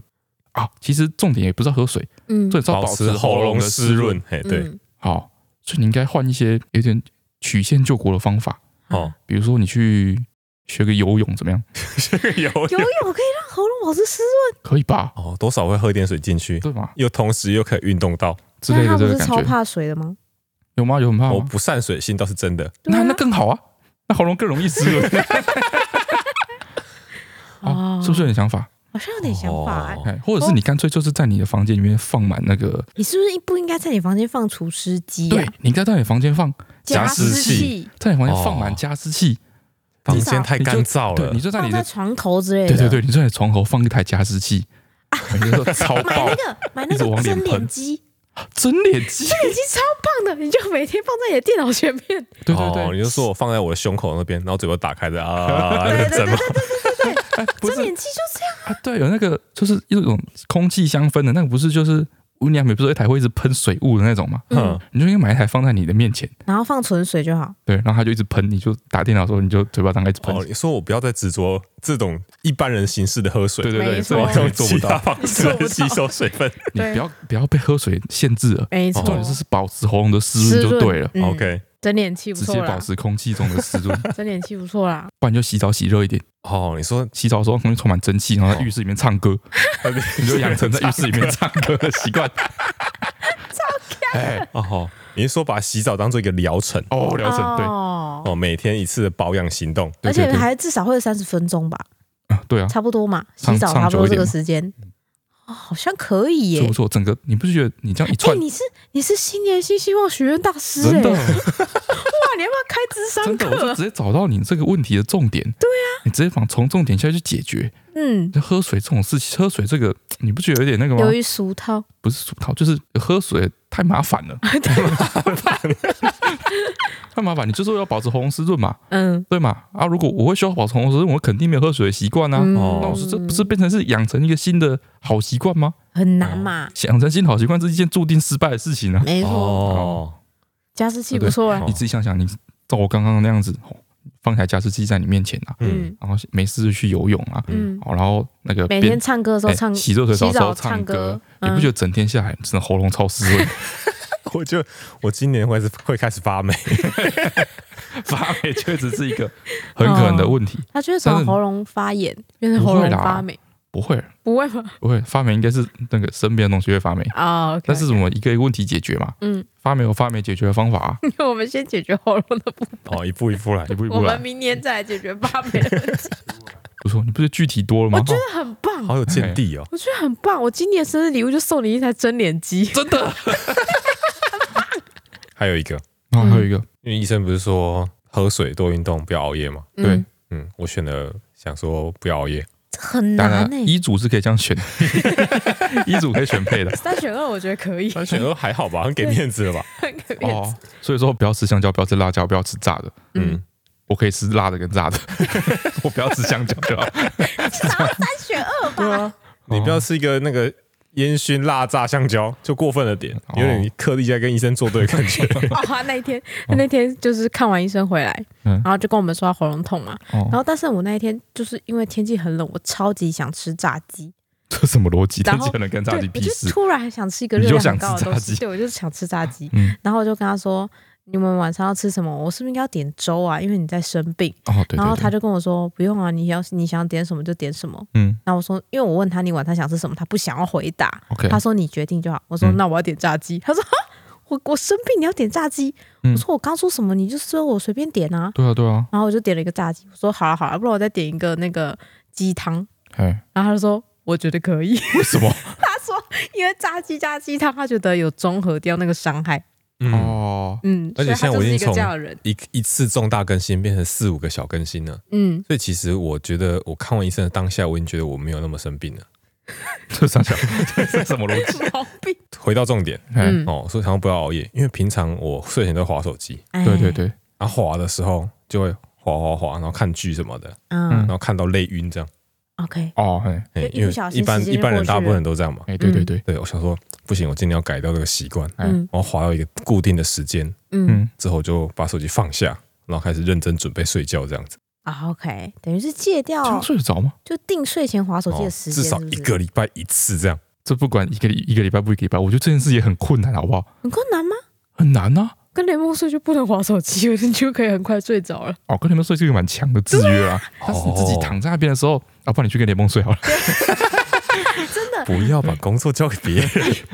Speaker 2: 啊，其实重点也不是要喝水，
Speaker 1: 嗯
Speaker 2: 重点是要
Speaker 3: 保
Speaker 2: 保持
Speaker 3: 持喉
Speaker 2: 喉咙
Speaker 3: 咙
Speaker 2: 的
Speaker 3: 湿
Speaker 2: 湿润
Speaker 3: 润。。哎，对，
Speaker 1: 嗯
Speaker 2: 好，所以你应该换一些有点曲线救国的方法，
Speaker 3: 哦，
Speaker 2: 比如说你去学个游泳怎么样？
Speaker 3: 有
Speaker 1: 游泳可以让喉咙保持湿
Speaker 2: 可以吧？
Speaker 3: 哦，多少会喝点水进去，
Speaker 2: 对吗？
Speaker 3: 又同时又可以运动到。
Speaker 2: 之
Speaker 1: 润。
Speaker 2: 类
Speaker 1: 那
Speaker 2: 的
Speaker 1: 啊他
Speaker 2: 这
Speaker 1: 不是
Speaker 2: 个感
Speaker 1: 超
Speaker 2: 觉，
Speaker 1: 怕水的吗？
Speaker 2: 有吗？有很
Speaker 1: 哦
Speaker 2: 怕
Speaker 3: 我
Speaker 2: 吗？
Speaker 3: 不散水性倒是真的。
Speaker 1: 对
Speaker 2: 那
Speaker 1: 啊
Speaker 2: 那更好啊，那喉咙更容易 湿润。
Speaker 1: 哦
Speaker 2: 啊，是不是有点想法？
Speaker 1: 好像有点想法、哎
Speaker 3: 哦
Speaker 2: 哎，或者是你干脆就是在你的房间里面放满那个，
Speaker 1: 你是不是不应该在你房间放除湿机、啊
Speaker 2: 对？，你应该在你房间放，
Speaker 1: 加
Speaker 3: 加湿
Speaker 1: 湿
Speaker 3: 器
Speaker 1: 器
Speaker 2: 在你房间放
Speaker 3: 哦
Speaker 2: 满加湿器，
Speaker 3: 房间太干燥
Speaker 2: 对，
Speaker 3: 了
Speaker 2: 你，就在
Speaker 1: 放
Speaker 2: 你
Speaker 1: 在
Speaker 2: 的，
Speaker 1: 床头之类的。
Speaker 2: 对对对，你就在你床头放一台加 湿器，哎 你就说超
Speaker 1: 买 那
Speaker 2: 爆
Speaker 1: 个买
Speaker 2: 一
Speaker 1: 那
Speaker 2: 直往
Speaker 1: 个
Speaker 2: 脸
Speaker 1: 蒸脸
Speaker 2: 喷
Speaker 1: 机，
Speaker 2: 真脸机，
Speaker 1: 已经超棒的，你就每天放在你的电脑前面。
Speaker 2: 对对
Speaker 3: 哦，
Speaker 2: 对，
Speaker 3: 你就说我放在我的胸口那边，然后嘴巴打开的 啊，
Speaker 1: 对对对
Speaker 3: 怎
Speaker 1: 对？
Speaker 3: 么
Speaker 1: 对对对对，
Speaker 2: 哎，不
Speaker 1: 蒸
Speaker 2: 是
Speaker 1: 脸机就这样。
Speaker 2: 啊，对，有那个就是一种空气香氛的那个，不是就是温良美不是有一台会一直喷水雾的那种吗？
Speaker 3: 嗯，
Speaker 2: 你就应该买一台放在你的面前，
Speaker 1: 然后放纯水就好。
Speaker 2: 对，然后它就一直喷，你就打电脑的时候你就嘴巴张开一直喷
Speaker 3: 哦，，你说我不要再执着这种一般人形式的喝水，
Speaker 2: 对对对，
Speaker 1: 没
Speaker 2: 所以
Speaker 1: 错
Speaker 2: 你
Speaker 3: 用
Speaker 2: 就
Speaker 3: 做
Speaker 2: 做
Speaker 3: 不
Speaker 2: 不
Speaker 3: 到
Speaker 2: 到，
Speaker 3: 方式来吸收水分。
Speaker 2: 你
Speaker 1: 对哦
Speaker 2: 不要不要被喝水限制了。
Speaker 1: 没
Speaker 3: 错
Speaker 1: 错，
Speaker 2: 重点哦是保持喉咙的湿润就对了，
Speaker 1: 嗯
Speaker 3: OK，
Speaker 1: 蒸脸器不
Speaker 2: 直
Speaker 1: 错
Speaker 2: 接
Speaker 1: 啦
Speaker 2: 保，持空气中的湿润，
Speaker 1: 蒸脸器不错啦。
Speaker 2: 不然就洗澡洗热一点，
Speaker 3: 哦，你 说
Speaker 2: 洗澡的时候空气充满蒸汽，然后
Speaker 1: 哦
Speaker 2: 在浴室里面唱歌，你就养成在浴室里面唱歌的习 惯。哎，
Speaker 3: 哦吼，你是说把洗澡当做一个疗程
Speaker 2: 哦，疗程对
Speaker 1: 哦，
Speaker 3: 哦，每天一次的保养行动，
Speaker 2: 对
Speaker 1: 而
Speaker 2: 对
Speaker 1: 且
Speaker 2: 对
Speaker 1: 还至少会有三十分钟吧，
Speaker 2: 啊，对啊，
Speaker 1: 差不多嘛，
Speaker 2: 上
Speaker 1: 洗澡差不多这个
Speaker 2: 上
Speaker 1: 时间。哦，好像可以耶
Speaker 2: 就不。错。整个嗯你不是觉得你这样
Speaker 1: 哎，
Speaker 2: 一串，
Speaker 1: 你是你是新年新希望许愿大师哎！哇，
Speaker 2: 真的
Speaker 1: 你要不要开智商
Speaker 2: 真的，我
Speaker 1: 课
Speaker 2: 就
Speaker 1: 啊？
Speaker 2: 直接找到你这个问题的重点。对啊，你直接往从重点下去解决，
Speaker 1: 嗯，
Speaker 2: 就喝水这种事情，喝水这个你不觉得有点那个吗
Speaker 1: 流？于俗套，
Speaker 2: 不是俗套，就是喝水太麻烦了，太麻烦。你就是要保持喉咙湿润嘛，
Speaker 1: 嗯，
Speaker 2: 对嘛？啊，如果我会需要保持喉咙湿润，我肯定没有喝水的习惯啊。
Speaker 1: 嗯
Speaker 2: 那
Speaker 3: 哦
Speaker 2: 我说这不是变成是养成一个新的好习惯吗？
Speaker 1: 很难嘛，
Speaker 2: 养成新好习惯是一件注定失败的事情啊！
Speaker 1: 没错，
Speaker 3: 哦，
Speaker 1: 加湿器不错啊
Speaker 3: 对，
Speaker 2: 你自己想想，你照我刚刚那样子，哦放台加湿器在你面前啊，
Speaker 3: 嗯，
Speaker 1: 嗯
Speaker 2: 然后没事就去游泳啊，
Speaker 1: 嗯，
Speaker 2: 哦，然后那个
Speaker 1: 每
Speaker 2: 边
Speaker 1: 天唱歌的时候
Speaker 2: 哎
Speaker 1: 唱，
Speaker 2: 洗热水澡的时候
Speaker 1: 洗澡
Speaker 2: 唱
Speaker 1: 唱歌
Speaker 2: 你不
Speaker 1: 嗯
Speaker 2: 觉得整天下来真的喉咙超湿润，
Speaker 3: 我就我今年会是会开始发霉，
Speaker 2: 发霉确实是一个很可能的问题。
Speaker 1: 他就是从喉咙发炎变成喉
Speaker 2: 不会
Speaker 1: 咙
Speaker 2: 啦
Speaker 1: 发霉，
Speaker 2: 不会
Speaker 1: 不会吗？
Speaker 2: 不会，发霉应该是那个身边的东西会发霉，
Speaker 1: 啊，
Speaker 2: 但 是怎么一个一个问题解决嘛？
Speaker 1: 嗯，
Speaker 2: 发霉有发霉解决的方法 啊，
Speaker 1: 因为我们先解决喉咙的部分，
Speaker 3: 哦，一步一步来
Speaker 2: 一，步一
Speaker 1: 我
Speaker 2: 步来
Speaker 1: 们。明年再来解决发 霉的问题，
Speaker 2: 不错，你不是具体多了吗？
Speaker 1: 我觉
Speaker 2: 哦
Speaker 1: 得很棒，
Speaker 3: 好有见地哦，
Speaker 1: 我觉得很棒，我今年生日礼物就送你一台蒸脸 机，
Speaker 2: 真的。
Speaker 3: 还有一个，
Speaker 2: 哦然后还有一个，
Speaker 1: 嗯
Speaker 3: 因为医生不是说喝水、多运动、不要熬夜嘛，
Speaker 2: 对
Speaker 1: 嗯，，
Speaker 3: 嗯，我选了想说不要熬夜，
Speaker 4: 这很
Speaker 1: 欸
Speaker 2: 当
Speaker 4: 难
Speaker 2: 然啊
Speaker 4: 呢、
Speaker 2: 医嘱是可以这 样选， 医嘱可以选配的
Speaker 1: 三选二我觉得可 以，
Speaker 3: 但选二还好吧， 很给面子了吧，
Speaker 1: 很可以
Speaker 2: 哦。所以说不要吃香蕉，不要吃辣椒，不要吃炸的。
Speaker 1: 嗯
Speaker 3: 嗯，
Speaker 2: 我可以吃辣的跟 炸的，我不要吃香蕉就好。
Speaker 4: 三选二 吧，
Speaker 3: 对啊，你不要吃一个那个烟熏辣炸香蕉，就过分了点，有点刻意在跟医生作对的感觉。
Speaker 1: 哦，他那一天，他那天就是看完医生回来，
Speaker 2: 嗯
Speaker 1: 然后就跟我们说他喉咙痛嘛。然
Speaker 2: 哦，
Speaker 1: 后，但是我那一天就是因为天气很冷，我超级想吃炸鸡，
Speaker 2: 这什么逻辑？
Speaker 1: 然
Speaker 2: 这
Speaker 1: 后
Speaker 2: 可能跟炸
Speaker 1: 对，
Speaker 2: 鸡
Speaker 1: 我
Speaker 2: 屁
Speaker 1: 就
Speaker 2: 事。
Speaker 1: 突然想吃一个热
Speaker 2: 你就
Speaker 1: 量
Speaker 2: 想
Speaker 1: 很
Speaker 2: 吃炸
Speaker 1: 高
Speaker 2: 鸡
Speaker 1: 的东西，对我就是想吃炸鸡。
Speaker 2: 嗯，
Speaker 1: 然后我就跟他说：“你们晚上要吃什么？我是不是应该要点粥啊？因为你在生病。
Speaker 2: 哦，对对对。
Speaker 1: 然后他就跟我说：“不用啊，你要你想点什么就点什么。”
Speaker 2: 嗯
Speaker 1: 然后我说：“因为我问他你晚上想吃什么，他不想要回答。
Speaker 2: ，OK，
Speaker 1: 他说你决定就好。我说
Speaker 2: 嗯
Speaker 1: 那我要点炸鸡。他说哈，我我生病你要点炸鸡。
Speaker 2: 嗯
Speaker 1: 我说我刚说什么你就说我随便点啊。
Speaker 2: 对啊对啊，
Speaker 1: 然后我就点了一个炸鸡。我说好啊了好了，不然我再点一个那个鸡汤。
Speaker 2: 哎，
Speaker 1: 然后他就说我觉得可以，
Speaker 2: 为什么？
Speaker 1: 他说因为炸鸡加鸡汤，他觉得有综合掉那个伤害。
Speaker 3: 嗯，
Speaker 2: 哦，
Speaker 1: 嗯，
Speaker 3: 而
Speaker 1: 所
Speaker 3: 且
Speaker 1: 以
Speaker 3: 现在
Speaker 1: 他
Speaker 3: 我
Speaker 1: 就是
Speaker 3: 已
Speaker 1: 一
Speaker 3: 经
Speaker 1: 个
Speaker 3: 从
Speaker 1: 这样的人。
Speaker 3: 一一次重大更新变成四五个小更新了，
Speaker 1: 嗯，
Speaker 3: 所以其实我觉得我看完医生的当下，我已经觉得我没有那么生病了。
Speaker 2: 这三 小，这是什么逻辑？
Speaker 1: 毛病。
Speaker 3: 回到重点
Speaker 2: 哎，
Speaker 1: 嗯，
Speaker 3: 哦，所以常常不要熬夜，因为平常我睡前都划手机，
Speaker 1: 哎
Speaker 2: 对对对，
Speaker 3: 然后划的时候就会划划划，然后看剧什么的，
Speaker 1: 哎，
Speaker 2: 嗯
Speaker 1: 嗯
Speaker 3: 然后看到累晕这样。
Speaker 1: ，OK，
Speaker 2: 哦，哎，
Speaker 3: 哎
Speaker 4: 就一
Speaker 3: 因
Speaker 4: 不
Speaker 3: 为
Speaker 4: 小心
Speaker 3: 一般
Speaker 4: 时间
Speaker 3: 一
Speaker 4: 就
Speaker 3: 般人
Speaker 4: 过去
Speaker 3: 大部
Speaker 4: 了
Speaker 3: 分人都这样嘛。
Speaker 2: 哎，对对对，
Speaker 3: 对，我想说不行，我尽量改掉这个习惯，
Speaker 2: 哎
Speaker 1: 嗯
Speaker 3: 然后划到一个固定的时间，
Speaker 1: 嗯
Speaker 2: 嗯，
Speaker 3: 之后就把手机放下，然后开始认真准备睡觉，这样子，
Speaker 1: 啊，OK，等于是戒
Speaker 2: 这
Speaker 1: 掉
Speaker 2: 样睡得着吗？
Speaker 1: 就定睡前划手机的时
Speaker 2: 哦
Speaker 1: 间，
Speaker 3: 哦至少
Speaker 1: 是不
Speaker 3: 一
Speaker 1: 是
Speaker 3: 个礼拜一次这样。
Speaker 2: 这不管一个礼一个礼拜不一个礼拜，我觉得这件事也很困难，好不好？
Speaker 1: 很困难吗？
Speaker 2: 很难啊呐。
Speaker 1: 跟雷梦睡就不能划手机，你就可以很快睡着了。
Speaker 2: 哦，跟你们睡是一个蛮强的制约啊。但是你自己
Speaker 3: 哦
Speaker 2: 躺在那边的时候，啊，不然你去跟联盟睡好了。
Speaker 3: 不要把工作交给别人，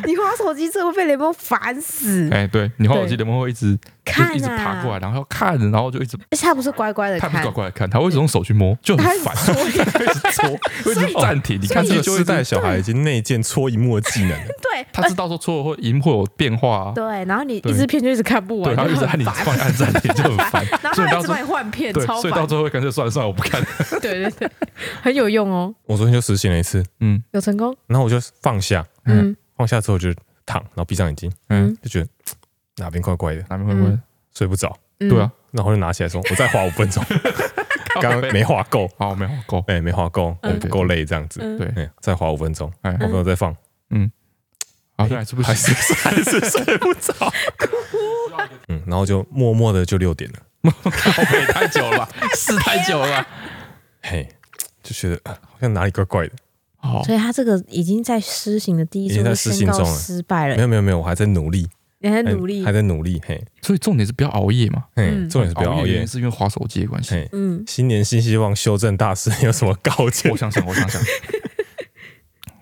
Speaker 1: 你划手机真的会被雷梦烦死。
Speaker 2: 哎，对你换手机，联盟会一直
Speaker 1: 看
Speaker 2: 就一直
Speaker 1: 啊
Speaker 2: 爬过来，然后看，然后就一直
Speaker 1: 而且他不是乖乖的
Speaker 2: 他不
Speaker 1: 看嗯
Speaker 2: 是，过来看，他会一直用手去摸，就很 烦，会一直搓，会一直
Speaker 3: 哦
Speaker 2: 暂停。你看
Speaker 3: 这
Speaker 2: 这个
Speaker 3: 个世
Speaker 2: 时
Speaker 3: 代
Speaker 2: 代，
Speaker 3: 小孩已经内建搓一幕的技能了。
Speaker 1: 对
Speaker 2: 他知道说搓了会赢会有变化啊。
Speaker 1: 对，然后你
Speaker 2: 对
Speaker 1: 一支片就一直看不
Speaker 2: 对，
Speaker 1: 完，
Speaker 2: 然后一直
Speaker 1: 就
Speaker 2: 按
Speaker 1: 很
Speaker 2: 你
Speaker 1: 烦。，
Speaker 2: 放按暂停就很烦
Speaker 1: 然后
Speaker 2: 所以
Speaker 1: 他
Speaker 2: 到
Speaker 1: 一直帮
Speaker 2: 最后
Speaker 1: 你换片，
Speaker 2: 对，
Speaker 1: 超
Speaker 2: 所以到
Speaker 1: 烦。
Speaker 2: 最后干脆算了算了，我不看。
Speaker 1: 对对对，很有用哦，
Speaker 3: 我昨天就实行了一次，
Speaker 2: 嗯
Speaker 1: 有成功。
Speaker 3: 然后我就放下，
Speaker 1: 嗯，
Speaker 3: 放下之后就躺，然后闭上眼睛，
Speaker 2: 嗯，
Speaker 3: 就觉得嘖哪边怪怪的，
Speaker 2: 哪边会不会
Speaker 1: 嗯？
Speaker 3: 睡不着，
Speaker 1: 嗯
Speaker 2: 对啊，，
Speaker 3: 然后就拿起来说，我再花五分钟，刚刚没花够，
Speaker 2: 好没有够，
Speaker 3: 哎，没花够，
Speaker 1: 嗯
Speaker 3: 我不够累这样子，
Speaker 1: 嗯
Speaker 2: 对，
Speaker 3: 哎，再花五分钟，
Speaker 2: 哎，
Speaker 3: 五分钟再放，
Speaker 2: 好，还是不
Speaker 3: 哎还
Speaker 2: 行，
Speaker 3: 是还是睡不着，嗯，然后就默默的就六点了。
Speaker 2: 对太久 了吧，是太久了吧。
Speaker 3: 嘿，就觉得啊好像哪里怪怪的。
Speaker 2: 好，
Speaker 1: 所以他这个已经在施行的第一
Speaker 3: 已
Speaker 1: 周
Speaker 3: 经在
Speaker 1: 就
Speaker 3: 施
Speaker 1: 宣
Speaker 3: 行
Speaker 1: 告
Speaker 3: 中了
Speaker 1: 失败
Speaker 3: 没
Speaker 1: 了，
Speaker 3: 有没有没有，我还在努力，
Speaker 1: 你哎还在
Speaker 3: 还
Speaker 1: 努力
Speaker 3: 还。在努力。嘿，
Speaker 2: 所以重点是不要熬夜嘛，
Speaker 3: 嘿，
Speaker 1: 嗯
Speaker 3: 重点是不要
Speaker 2: 的
Speaker 3: 熬
Speaker 2: 原
Speaker 3: 夜哎
Speaker 2: 因。是因为划手机的关系。
Speaker 3: 嘿，
Speaker 1: 嗯，
Speaker 3: 新年新希望，修正大师 有什么高见
Speaker 2: 我？想想，我 想想，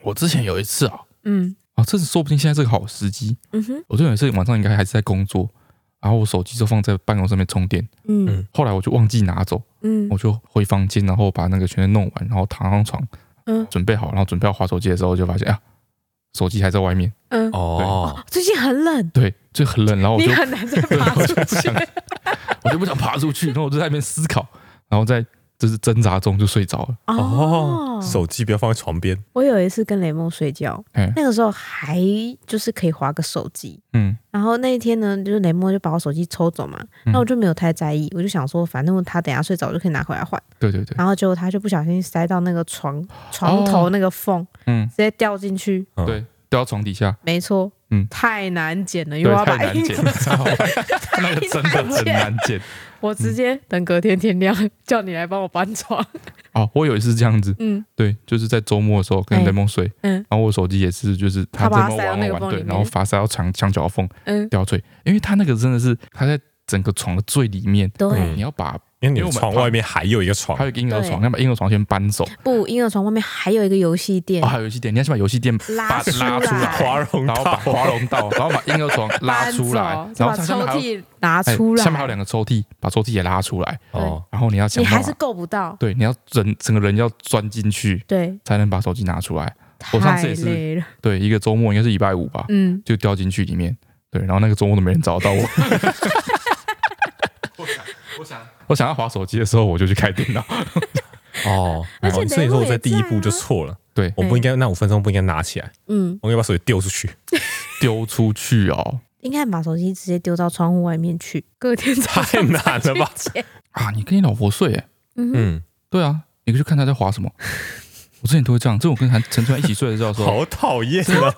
Speaker 2: 我之前有一次啊，
Speaker 1: 嗯
Speaker 2: 啊，这是说不定现在是个好时机。
Speaker 1: 嗯哼
Speaker 2: 我这有一次晚上应该还是在工作，然后我手机就放在办公室里面充电，
Speaker 1: 嗯
Speaker 2: 后来我就忘记拿走，
Speaker 1: 嗯
Speaker 3: 哦
Speaker 2: 我就回房间，然后把那个全身弄完，然后躺上床，
Speaker 1: 嗯
Speaker 2: 准备好，然后准备要划手机的时候，就发现啊，手机还在外面，
Speaker 1: 嗯，
Speaker 3: 哦，
Speaker 1: 最近很冷，
Speaker 2: 对，就很冷，然后我
Speaker 1: 你
Speaker 2: 就
Speaker 1: 很难再爬出去。
Speaker 2: 我就不想爬出去，然后我就在那边思考，然后在就是挣扎中就睡着了。
Speaker 1: 哦，
Speaker 3: 手机不要放在床边，
Speaker 1: 我有一次跟雷梦睡觉
Speaker 3: 哎
Speaker 2: 嗯，
Speaker 1: 那个时候还就是可以划个手机。
Speaker 2: 嗯，
Speaker 1: 然后那一天呢，就是雷梦就把我手机抽走嘛，
Speaker 2: 嗯
Speaker 1: 那我就没有太在意，我就想说，反正他等一下睡着我就可以拿回来换。
Speaker 2: 对对对，
Speaker 1: 然后结果他就不小心塞到那个床床
Speaker 3: 哦
Speaker 1: 头那个缝，
Speaker 2: 嗯，
Speaker 1: 直接掉进去。
Speaker 3: 嗯
Speaker 2: 对，掉到床底下，
Speaker 1: 没错，
Speaker 2: 嗯
Speaker 1: 太难捡了，因
Speaker 2: 对
Speaker 1: 为我，要
Speaker 2: 太
Speaker 1: 把
Speaker 2: 难
Speaker 1: 衣
Speaker 2: 剪
Speaker 1: 服，
Speaker 2: 超那个真的很难剪。
Speaker 1: 我直接等隔天天亮叫你来帮我搬床。
Speaker 2: 哦，我有一次这样子，
Speaker 1: 嗯，
Speaker 2: 对，就是在周末的时候跟
Speaker 1: 哎
Speaker 2: 雷蒙睡，
Speaker 1: 嗯
Speaker 2: 然后我手机也是，就是
Speaker 1: 他
Speaker 2: 他这
Speaker 1: 把它
Speaker 2: 么
Speaker 1: 塞到
Speaker 2: 玩
Speaker 1: 那
Speaker 2: 玩
Speaker 1: 个缝
Speaker 2: 玩，
Speaker 1: 里
Speaker 2: 对，
Speaker 1: 面
Speaker 2: 然后发塞到墙墙角缝
Speaker 1: 嗯，
Speaker 2: 掉最，因为他那个真的是他在整个床的最里面，
Speaker 1: 对，
Speaker 2: 你要把
Speaker 3: 因为
Speaker 2: 因为
Speaker 3: 你
Speaker 2: 我们
Speaker 3: 床
Speaker 2: 怕
Speaker 3: 外面还有一个床
Speaker 2: 还，有一个婴儿床，
Speaker 1: 对
Speaker 2: 要把婴儿床先搬走，
Speaker 1: 不，婴儿床外面还有一个游戏店
Speaker 2: 哦，，还有游戏垫，你要先把游戏垫
Speaker 1: 拉
Speaker 2: 把
Speaker 1: 出
Speaker 2: 拉出
Speaker 1: 来
Speaker 2: 来。
Speaker 3: 华容
Speaker 2: 然后把
Speaker 3: 道，
Speaker 2: 华容道，然后把婴儿床拉
Speaker 1: 搬走
Speaker 2: 出来，
Speaker 1: 再
Speaker 2: 然后
Speaker 1: 把抽
Speaker 2: 它下面还有
Speaker 1: 屉拿
Speaker 2: 哎
Speaker 1: 出来，
Speaker 2: 下面还有两个抽屉，把抽屉也拉出来，
Speaker 3: 哦，
Speaker 2: 然后你要想
Speaker 1: 你
Speaker 2: 办
Speaker 1: 还是
Speaker 2: 法，
Speaker 1: 够不到。
Speaker 2: 对，你要整整个人要钻进去，
Speaker 1: 对，
Speaker 2: 才能把手机拿出来。我上
Speaker 1: 太
Speaker 2: 次也是
Speaker 1: 累了。
Speaker 2: 对，一个周末应该是礼拜五吧，
Speaker 1: 嗯，
Speaker 2: 就掉进去里面。对，然后那个周末都没人找 到我。我想，我想要划手机的时候，我就去开电脑。
Speaker 3: 哦，
Speaker 1: 而且
Speaker 3: 哦所以
Speaker 1: 雷
Speaker 3: 说
Speaker 1: 梦
Speaker 3: 我在
Speaker 1: 也
Speaker 3: 第一
Speaker 1: 在
Speaker 3: 步
Speaker 1: 啊
Speaker 3: 就错了，
Speaker 2: 对，
Speaker 3: 我不应该那五分钟不应该拿起来，
Speaker 1: 嗯，
Speaker 3: 我应该把手机丢出去，
Speaker 2: 丢出去哦
Speaker 1: 应该把手机直接丢到窗户外面去，隔天早
Speaker 3: 太
Speaker 1: 上
Speaker 3: 难了吧？
Speaker 1: 去捡。
Speaker 2: 啊！你跟你老婆睡、欸？
Speaker 1: 嗯哼，
Speaker 3: 嗯，
Speaker 2: 对啊，你去看她在划什么。我之前都会这样，这种跟韩陈川一起睡的时候说
Speaker 3: 好讨厌 啊！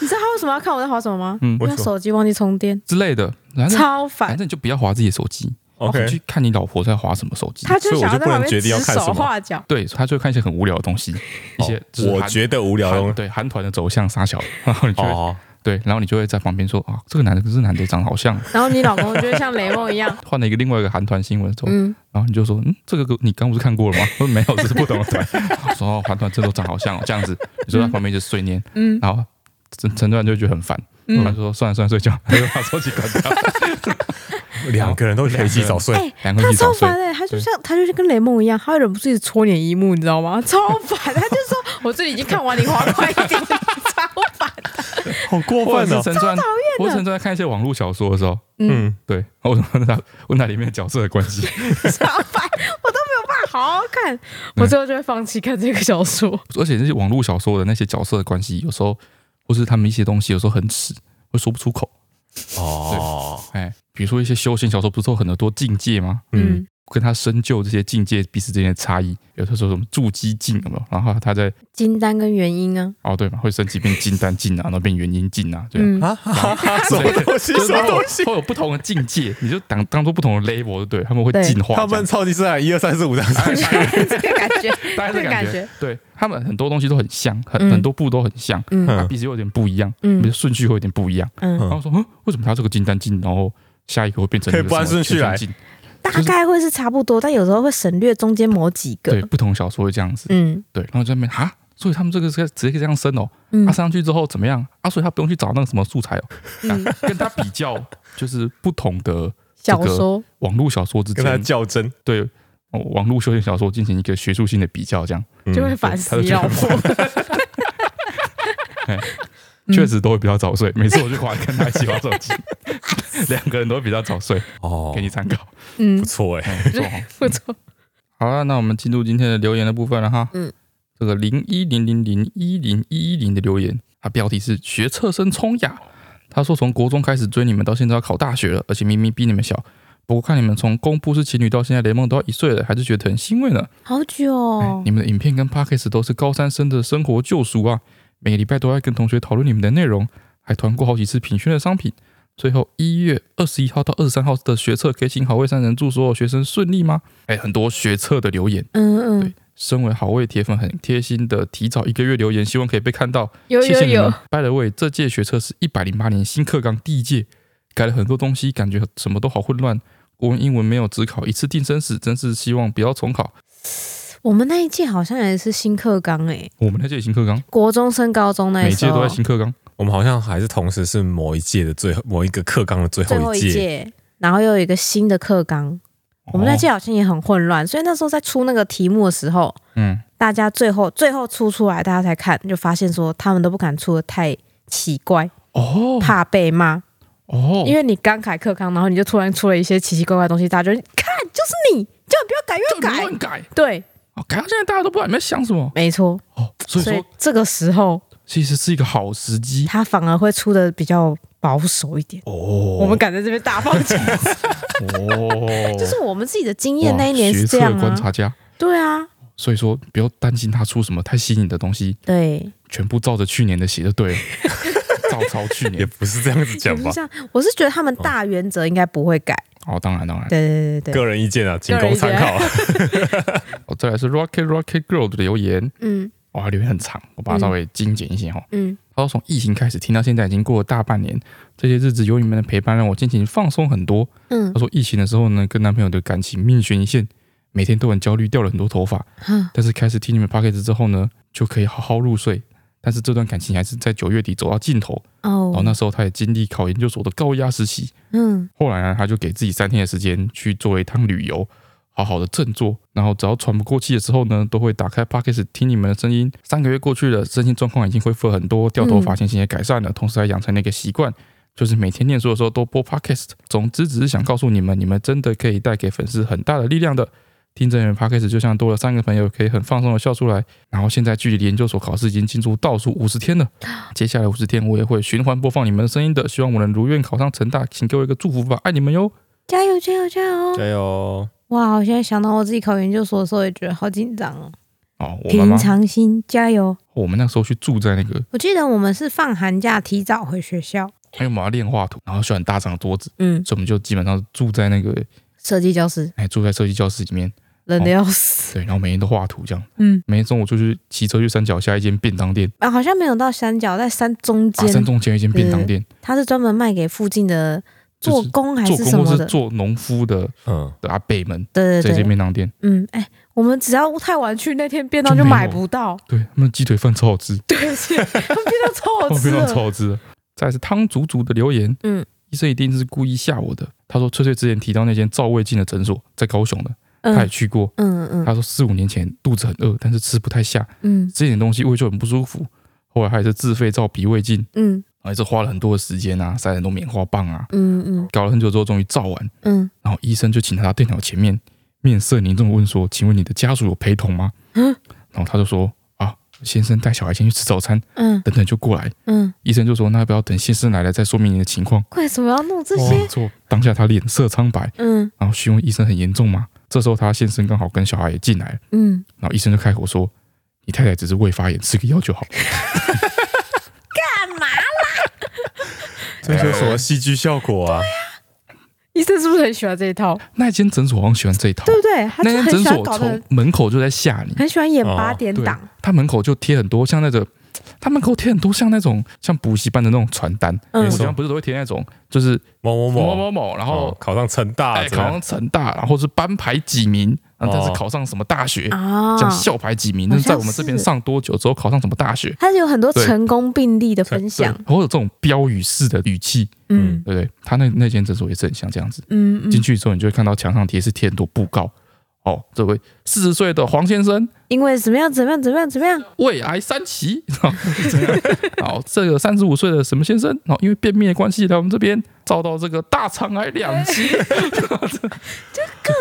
Speaker 1: 你知道他为什么要看我在划什么吗？
Speaker 2: 嗯
Speaker 1: 因为
Speaker 3: 为什么
Speaker 1: 手机忘记充电，
Speaker 2: 之类的，反正
Speaker 1: 超
Speaker 2: 反
Speaker 1: 烦。
Speaker 2: 正你就不要划自己的手机，然后
Speaker 3: OK
Speaker 2: 你去看你老婆在划什么手机。
Speaker 1: 他就
Speaker 3: 所以我
Speaker 1: 想要
Speaker 3: 就
Speaker 1: 在
Speaker 3: 不能
Speaker 1: 旁边
Speaker 3: 决定要
Speaker 1: 指
Speaker 3: 看什
Speaker 1: 手
Speaker 3: 么
Speaker 1: 画脚。
Speaker 2: 对，他就会看一些很无聊的东西，一些就是
Speaker 3: 我
Speaker 2: 韩
Speaker 3: 觉得哦无聊的东
Speaker 2: 韩
Speaker 3: 西
Speaker 2: 对韩团的走向傻小，然后你就会
Speaker 3: 哦，
Speaker 2: 对，然后你就会在旁边说啊，这个男的跟这男的长得好像，
Speaker 1: 然后你老公就会像雷梦一样，
Speaker 2: 换了一个另外一个韩团新闻之后，
Speaker 1: 嗯，
Speaker 2: 然后你就说，嗯，这个你刚不是 看过了吗？我说没有，这是不同的团。我说哦，韩团真的都长好像哦，这样子，你就在旁边一直碎念，
Speaker 1: 嗯，
Speaker 2: 然后陈陈段就会觉得很烦，
Speaker 1: 嗯
Speaker 2: 他就说算了算了，睡 觉，他就把手机关掉，
Speaker 3: 两个人都可以一起早睡，
Speaker 1: 哎
Speaker 2: 两个
Speaker 1: 他
Speaker 2: 一起
Speaker 1: 超
Speaker 2: 早睡
Speaker 1: 烦。哎、他就像他就是跟雷梦一样，他会忍不住一直戳你的一幕，你知道 吗？超烦，他就说我这里已经看完，你划快一点，超烦。
Speaker 3: 好过
Speaker 2: 或者是
Speaker 3: 哦！
Speaker 2: 陈川，我陈川在看一些网络小说的时候，
Speaker 3: 嗯，
Speaker 2: 对，然后我就问他问他里面的角色的关系，
Speaker 1: 超烦，我都没有办法好好看，
Speaker 2: 嗯
Speaker 1: 我最后就会放弃看这个小说。
Speaker 2: 而且那些网络小说的那些角色的关系，有时候或是他们一些东西，有时候很迟，会说不出口。
Speaker 3: 哦，
Speaker 2: 哎，比如说一些修行小说，不是都有很多境界吗？
Speaker 3: 嗯，
Speaker 1: 嗯，
Speaker 2: 跟他深究这些境界彼此之间的差异，有时候说什么筑基境有没有？然后他在
Speaker 1: 金丹跟元婴啊，
Speaker 2: 哦对嘛，会升级变金丹境啊，然后变元音境啊，这样。
Speaker 1: 嗯，
Speaker 3: 啊，哈哈什
Speaker 2: 对
Speaker 3: 么东西？
Speaker 2: 就是
Speaker 3: 什么
Speaker 2: 会有
Speaker 3: 东西？
Speaker 2: 会有不同的境界， 你就当当做不同的 level，对，他们会进化这样。
Speaker 3: 他们超级是啊，一二三四五这样上去，
Speaker 1: 这 个感觉，
Speaker 2: 大
Speaker 1: 这
Speaker 2: 概
Speaker 1: 个
Speaker 2: 这感
Speaker 1: 感
Speaker 2: 觉
Speaker 1: 觉，
Speaker 2: 对他们很多东西都很像，很
Speaker 1: 嗯
Speaker 2: 很多部都很像，
Speaker 1: 嗯
Speaker 2: 它彼此又有点不一样，
Speaker 1: 嗯
Speaker 2: 比如顺序会有点不一样。
Speaker 1: 嗯，
Speaker 2: 然后说，嗯，为什么他这个金丹境，然后下一个会变成一个
Speaker 3: 可以不按
Speaker 2: 什么
Speaker 3: 顺序来
Speaker 2: 全身境
Speaker 1: 大概会是差不多，但有时候会省略中间某几
Speaker 2: 对，
Speaker 1: 个。
Speaker 2: 不同小说会这样子。
Speaker 1: 嗯
Speaker 2: 对，然后在那边哈，所以他们这个是直接这样升哦，
Speaker 1: 嗯
Speaker 2: 他、上去之后怎么样啊？所以他不用去找那个什么素材哦，
Speaker 1: 嗯，
Speaker 2: 跟他比较，就是不同的
Speaker 1: 小说
Speaker 2: 网络小说之
Speaker 3: 跟他
Speaker 2: 间，
Speaker 3: 较真，
Speaker 2: 对哦网络修炼小说进行一个学术性的比较，这样
Speaker 3: 嗯
Speaker 1: 就会烦
Speaker 2: 他
Speaker 1: 死
Speaker 2: 就
Speaker 1: 你
Speaker 2: 觉
Speaker 1: 老
Speaker 2: 得
Speaker 1: 婆。 嗯
Speaker 2: 确实都会比较早睡。每次我去滑跟他一起滑手机，两个人都会比较早睡，
Speaker 3: 哦
Speaker 2: 给你参考。
Speaker 1: 嗯
Speaker 3: 不，错哎，
Speaker 2: 嗯不错哦
Speaker 1: 不错，
Speaker 2: 好了，那我们进入今天的留言的部分了哈。
Speaker 1: 嗯，
Speaker 2: 这个零一零零零一零一零的留言，它标题是“学测生冲雅”。他说从国中开始追你们，到现在要考大学了，而且明明比你们小，不过看你们从公布是情侣到现在雷梦都要一岁了，还是觉得很欣慰呢。
Speaker 1: 好久
Speaker 2: 哎
Speaker 1: 哦，
Speaker 2: 你们的影片跟 podcast 都是高三生的生活救赎啊！每个礼拜都在跟同学讨论你们的内容，还团购好几次品轩的商品。最后一月二十一号到二十三号的学测，可以请好味三人祝所有学生顺利吗？哎，很多学测的留言，
Speaker 1: 嗯嗯
Speaker 2: 对，身为好味铁粉，很贴心的提早一个月留言，希望可以被看到。
Speaker 1: 有
Speaker 2: 谢
Speaker 1: 有
Speaker 2: 谢你
Speaker 1: 有
Speaker 2: 们，。By the way，这届学测是一百零八年新课纲第一届，改了很多东西，感觉什么都好混乱。国文、英文没有只考一次定生死，真是希望不要重考。
Speaker 1: 我们那一届好像也是新课纲诶，
Speaker 2: 我们那届也新课纲，
Speaker 1: 国中升高中那
Speaker 2: 每
Speaker 1: 一时
Speaker 2: 届都
Speaker 1: 候
Speaker 2: 在，新课纲。
Speaker 3: 我们好像还是同时是某一届的最后某一个课纲的最
Speaker 1: 最
Speaker 3: 后
Speaker 1: 后
Speaker 3: 一
Speaker 1: 一
Speaker 3: 届，
Speaker 1: 届，然后又有一个新的课纲，
Speaker 2: 哦
Speaker 1: 我们那届好像也很混乱，所以那时候在出那个题目的时候，
Speaker 2: 嗯，
Speaker 1: 大家最后最后出出来，大家才看，就发现说他们都不敢出的太奇怪，
Speaker 2: 哦
Speaker 1: 怕被骂。
Speaker 2: 哦，
Speaker 1: 因为你刚改课纲，然后你就突然出了一些奇奇怪怪的东西，大家就看就
Speaker 4: 就是你，叫你不要改，
Speaker 2: 就
Speaker 4: 越
Speaker 2: 你
Speaker 4: 改
Speaker 2: 乱改，
Speaker 1: 对，
Speaker 2: 哦，改到现在大家都不知道你在想什么
Speaker 1: 没错。
Speaker 2: 哦。所以
Speaker 1: 所以
Speaker 2: 说，
Speaker 1: 这个时候
Speaker 2: 其实是一个好时机
Speaker 1: 他反而会出的比较保守一点。
Speaker 2: 哦。
Speaker 1: 我们敢在这边大放弃，
Speaker 2: 哦，
Speaker 1: 就是我们自己的经
Speaker 2: 哇
Speaker 1: 验那一年
Speaker 2: 学
Speaker 1: 是这
Speaker 2: 测
Speaker 1: 样
Speaker 2: 观
Speaker 1: 啊。
Speaker 2: 察家，
Speaker 1: 对啊，
Speaker 2: 所以说不要担心他出什么太新颖的东西，
Speaker 1: 对，
Speaker 2: 全部照着去年的写就 对了，照抄去
Speaker 3: 也
Speaker 2: 年。
Speaker 3: 不是这样子
Speaker 1: 也
Speaker 3: 讲
Speaker 1: 不
Speaker 3: 吧
Speaker 1: 是。这样。我是觉得他
Speaker 2: 嗯
Speaker 1: 们大原则应该不会改。
Speaker 2: 哦，当然当然。
Speaker 1: 对对对对对，
Speaker 3: 个人意见啊，仅供参考。
Speaker 2: 哦，再来是 Rocket Rocket Girl 的留言，
Speaker 1: 嗯
Speaker 2: 哇，留言很长，我把它稍微精简一些哈、
Speaker 1: 嗯，
Speaker 2: 他说从疫情开始听到现在已经过了大半年，这些日子有你们的陪伴让我心情放松很多。
Speaker 1: 嗯
Speaker 2: 他说疫情的时候呢，跟男朋友的感情命悬一线，每天都很焦虑，掉了很多头发。
Speaker 1: 哈
Speaker 2: 但是开始听你们 p o c k e t 之后呢，就可以好好入睡。但是这段感情还是在九月底走到尽头。然后
Speaker 1: 哦，
Speaker 2: 那时候他也经历考研究所的高压实习，
Speaker 1: 嗯
Speaker 2: 后来呢，他就给自己三天的时间去做一趟旅游，好好的振作。然后只要喘不过气的时候呢，都会打开 podcast 听你们的声音。三个月过去了，身心状况已经恢复了很多，掉头发、
Speaker 1: 嗯
Speaker 2: 心情也改善了，同时还养成了一个习惯。就是每天念书的时候都播 podcast。总之，只是想告诉你们，你们真的可以带给粉丝很大的力量的。听真人 podcast 就像多了三个朋友，可以很放松的笑出来。然后现在距离研究所考试已经进入倒数五十天了，接下来五十天我也会循环播放你们的声音的。希望我能如愿考上成大，请给我一个祝福吧，爱你们哟！
Speaker 4: 加油加油加油！
Speaker 3: 加油！
Speaker 1: 哇！我现在想到我自己考研究所的时候，也觉得好紧张哦。
Speaker 2: 哦，我妈
Speaker 4: 平
Speaker 2: 妈，
Speaker 4: 常心，加油！
Speaker 2: 我们那时候去住在那个，
Speaker 1: 我记得我们是放寒假提早回学校，
Speaker 2: 因为我们要练画图，然后需要很大张的桌子，
Speaker 1: 嗯，
Speaker 2: 所以我们就基本上住在那个，
Speaker 1: 设计教室
Speaker 2: 哎，住在设计教室里面，
Speaker 1: 冷的要死，
Speaker 2: 对，然后每天都画图这样，
Speaker 1: 嗯，
Speaker 2: 每天中午就去骑车去山脚下一间便当店，
Speaker 1: 啊，好像没有到山脚，在山中
Speaker 2: 啊，
Speaker 1: 间，
Speaker 2: 山中间有一间便当店，
Speaker 1: 它是专门卖给附近的做工还
Speaker 2: 做
Speaker 1: 是
Speaker 2: 工
Speaker 1: 什
Speaker 2: 或
Speaker 1: 么
Speaker 2: 是
Speaker 1: 的，
Speaker 2: 做农夫的
Speaker 3: 嗯，
Speaker 2: 的阿伯们，
Speaker 1: 对
Speaker 2: 这
Speaker 1: 对
Speaker 2: 间
Speaker 1: 对，
Speaker 2: 便当店，
Speaker 1: 嗯，哎、我们只要太晚去，那天便当
Speaker 2: 就
Speaker 1: 就
Speaker 2: 没有
Speaker 1: 买不到，
Speaker 2: 对他们鸡腿饭超好吃，
Speaker 1: 对，而且他们便当 超好
Speaker 2: 哦，
Speaker 1: 吃
Speaker 2: 非常
Speaker 1: 的，
Speaker 2: 超好吃的。再来是汤祖祖的留言，
Speaker 1: 嗯，
Speaker 2: 医生一定是故意吓我的。他说翠翠之前提到那间照胃镜的诊所，在高雄的，他也
Speaker 1: 嗯
Speaker 2: 去过。
Speaker 1: 嗯嗯
Speaker 2: 他说四五年前肚子很饿，但是吃不太下，
Speaker 1: 嗯
Speaker 2: 吃点东西胃就很不舒服。后来他也是自费照鼻胃镜，
Speaker 1: 嗯
Speaker 2: 然后也是花了很多的时间啊，塞了很多棉花棒啊，
Speaker 1: 嗯嗯
Speaker 2: 搞了很久之后终于照完，
Speaker 1: 嗯，
Speaker 2: 然后医生就请他到电脑前面，面色凝重的问说：“请问你的家属有陪同吗？”
Speaker 1: 嗯
Speaker 2: 然后他就说：“啊，先生带小孩先去吃早餐，
Speaker 1: 嗯
Speaker 2: 等等就过来。”
Speaker 1: 嗯，
Speaker 2: 医生就说：“那要不要等先生来了再说明你的情况
Speaker 1: 为什么要弄？”这
Speaker 2: 没
Speaker 1: 些？
Speaker 2: 错，当下他脸色苍白，
Speaker 1: 嗯
Speaker 2: 然后询问医生很严重吗？这时候他先生刚好跟小孩也进来了，
Speaker 1: 嗯，
Speaker 2: 然后医生就开口说：“你太太只是胃发炎，吃个药就好。
Speaker 1: 干嘛？
Speaker 3: 这是有什么戏剧效果啊？
Speaker 1: 医生是不是很喜欢这一套？”
Speaker 2: 那间诊所好像喜欢这一套
Speaker 1: 对，不对？他就
Speaker 2: 那间
Speaker 1: 很
Speaker 2: 诊
Speaker 1: 喜欢
Speaker 2: 所
Speaker 1: 搞得
Speaker 2: 从
Speaker 1: 很
Speaker 2: 门口就在吓你，
Speaker 1: 很喜欢演
Speaker 3: 哦
Speaker 1: 八点
Speaker 2: 对
Speaker 1: 档，
Speaker 2: 他门口就贴很多像那种，他门口贴很多像那种像补习班的那种传单，
Speaker 1: 嗯
Speaker 2: 补习班不是都会贴那种就是
Speaker 3: 某某
Speaker 2: 某
Speaker 3: 某
Speaker 2: 某某，然后
Speaker 3: 哦，考上成大
Speaker 2: 哎，
Speaker 3: 怎
Speaker 2: 考
Speaker 3: 么样
Speaker 2: 上成大，然后是班排几名，然后但是
Speaker 3: 哦
Speaker 2: 考上什么大学
Speaker 1: 啊
Speaker 2: 讲校牌几名，
Speaker 1: 好
Speaker 2: 那
Speaker 1: 像
Speaker 2: 在我们这边
Speaker 1: 是
Speaker 2: 上多久之后考上什么大学，
Speaker 1: 它有很多
Speaker 2: 对
Speaker 1: 成功病例的分享，
Speaker 2: 然后有这种标语式的语气，
Speaker 1: 嗯
Speaker 2: 对不对？他那那间诊所也是很像这样子。
Speaker 1: 嗯嗯
Speaker 2: 进，去之后，你就会看到墙上贴是贴很多布告，哦，这位四十岁的黄先生
Speaker 1: 因为怎么样怎么样怎么样怎么样，
Speaker 2: 胃癌三期，然后这样然后这个三十五岁的什么先生，哦然后因为便秘的关系来我们这边遭到这个大肠癌两 期，
Speaker 1: 各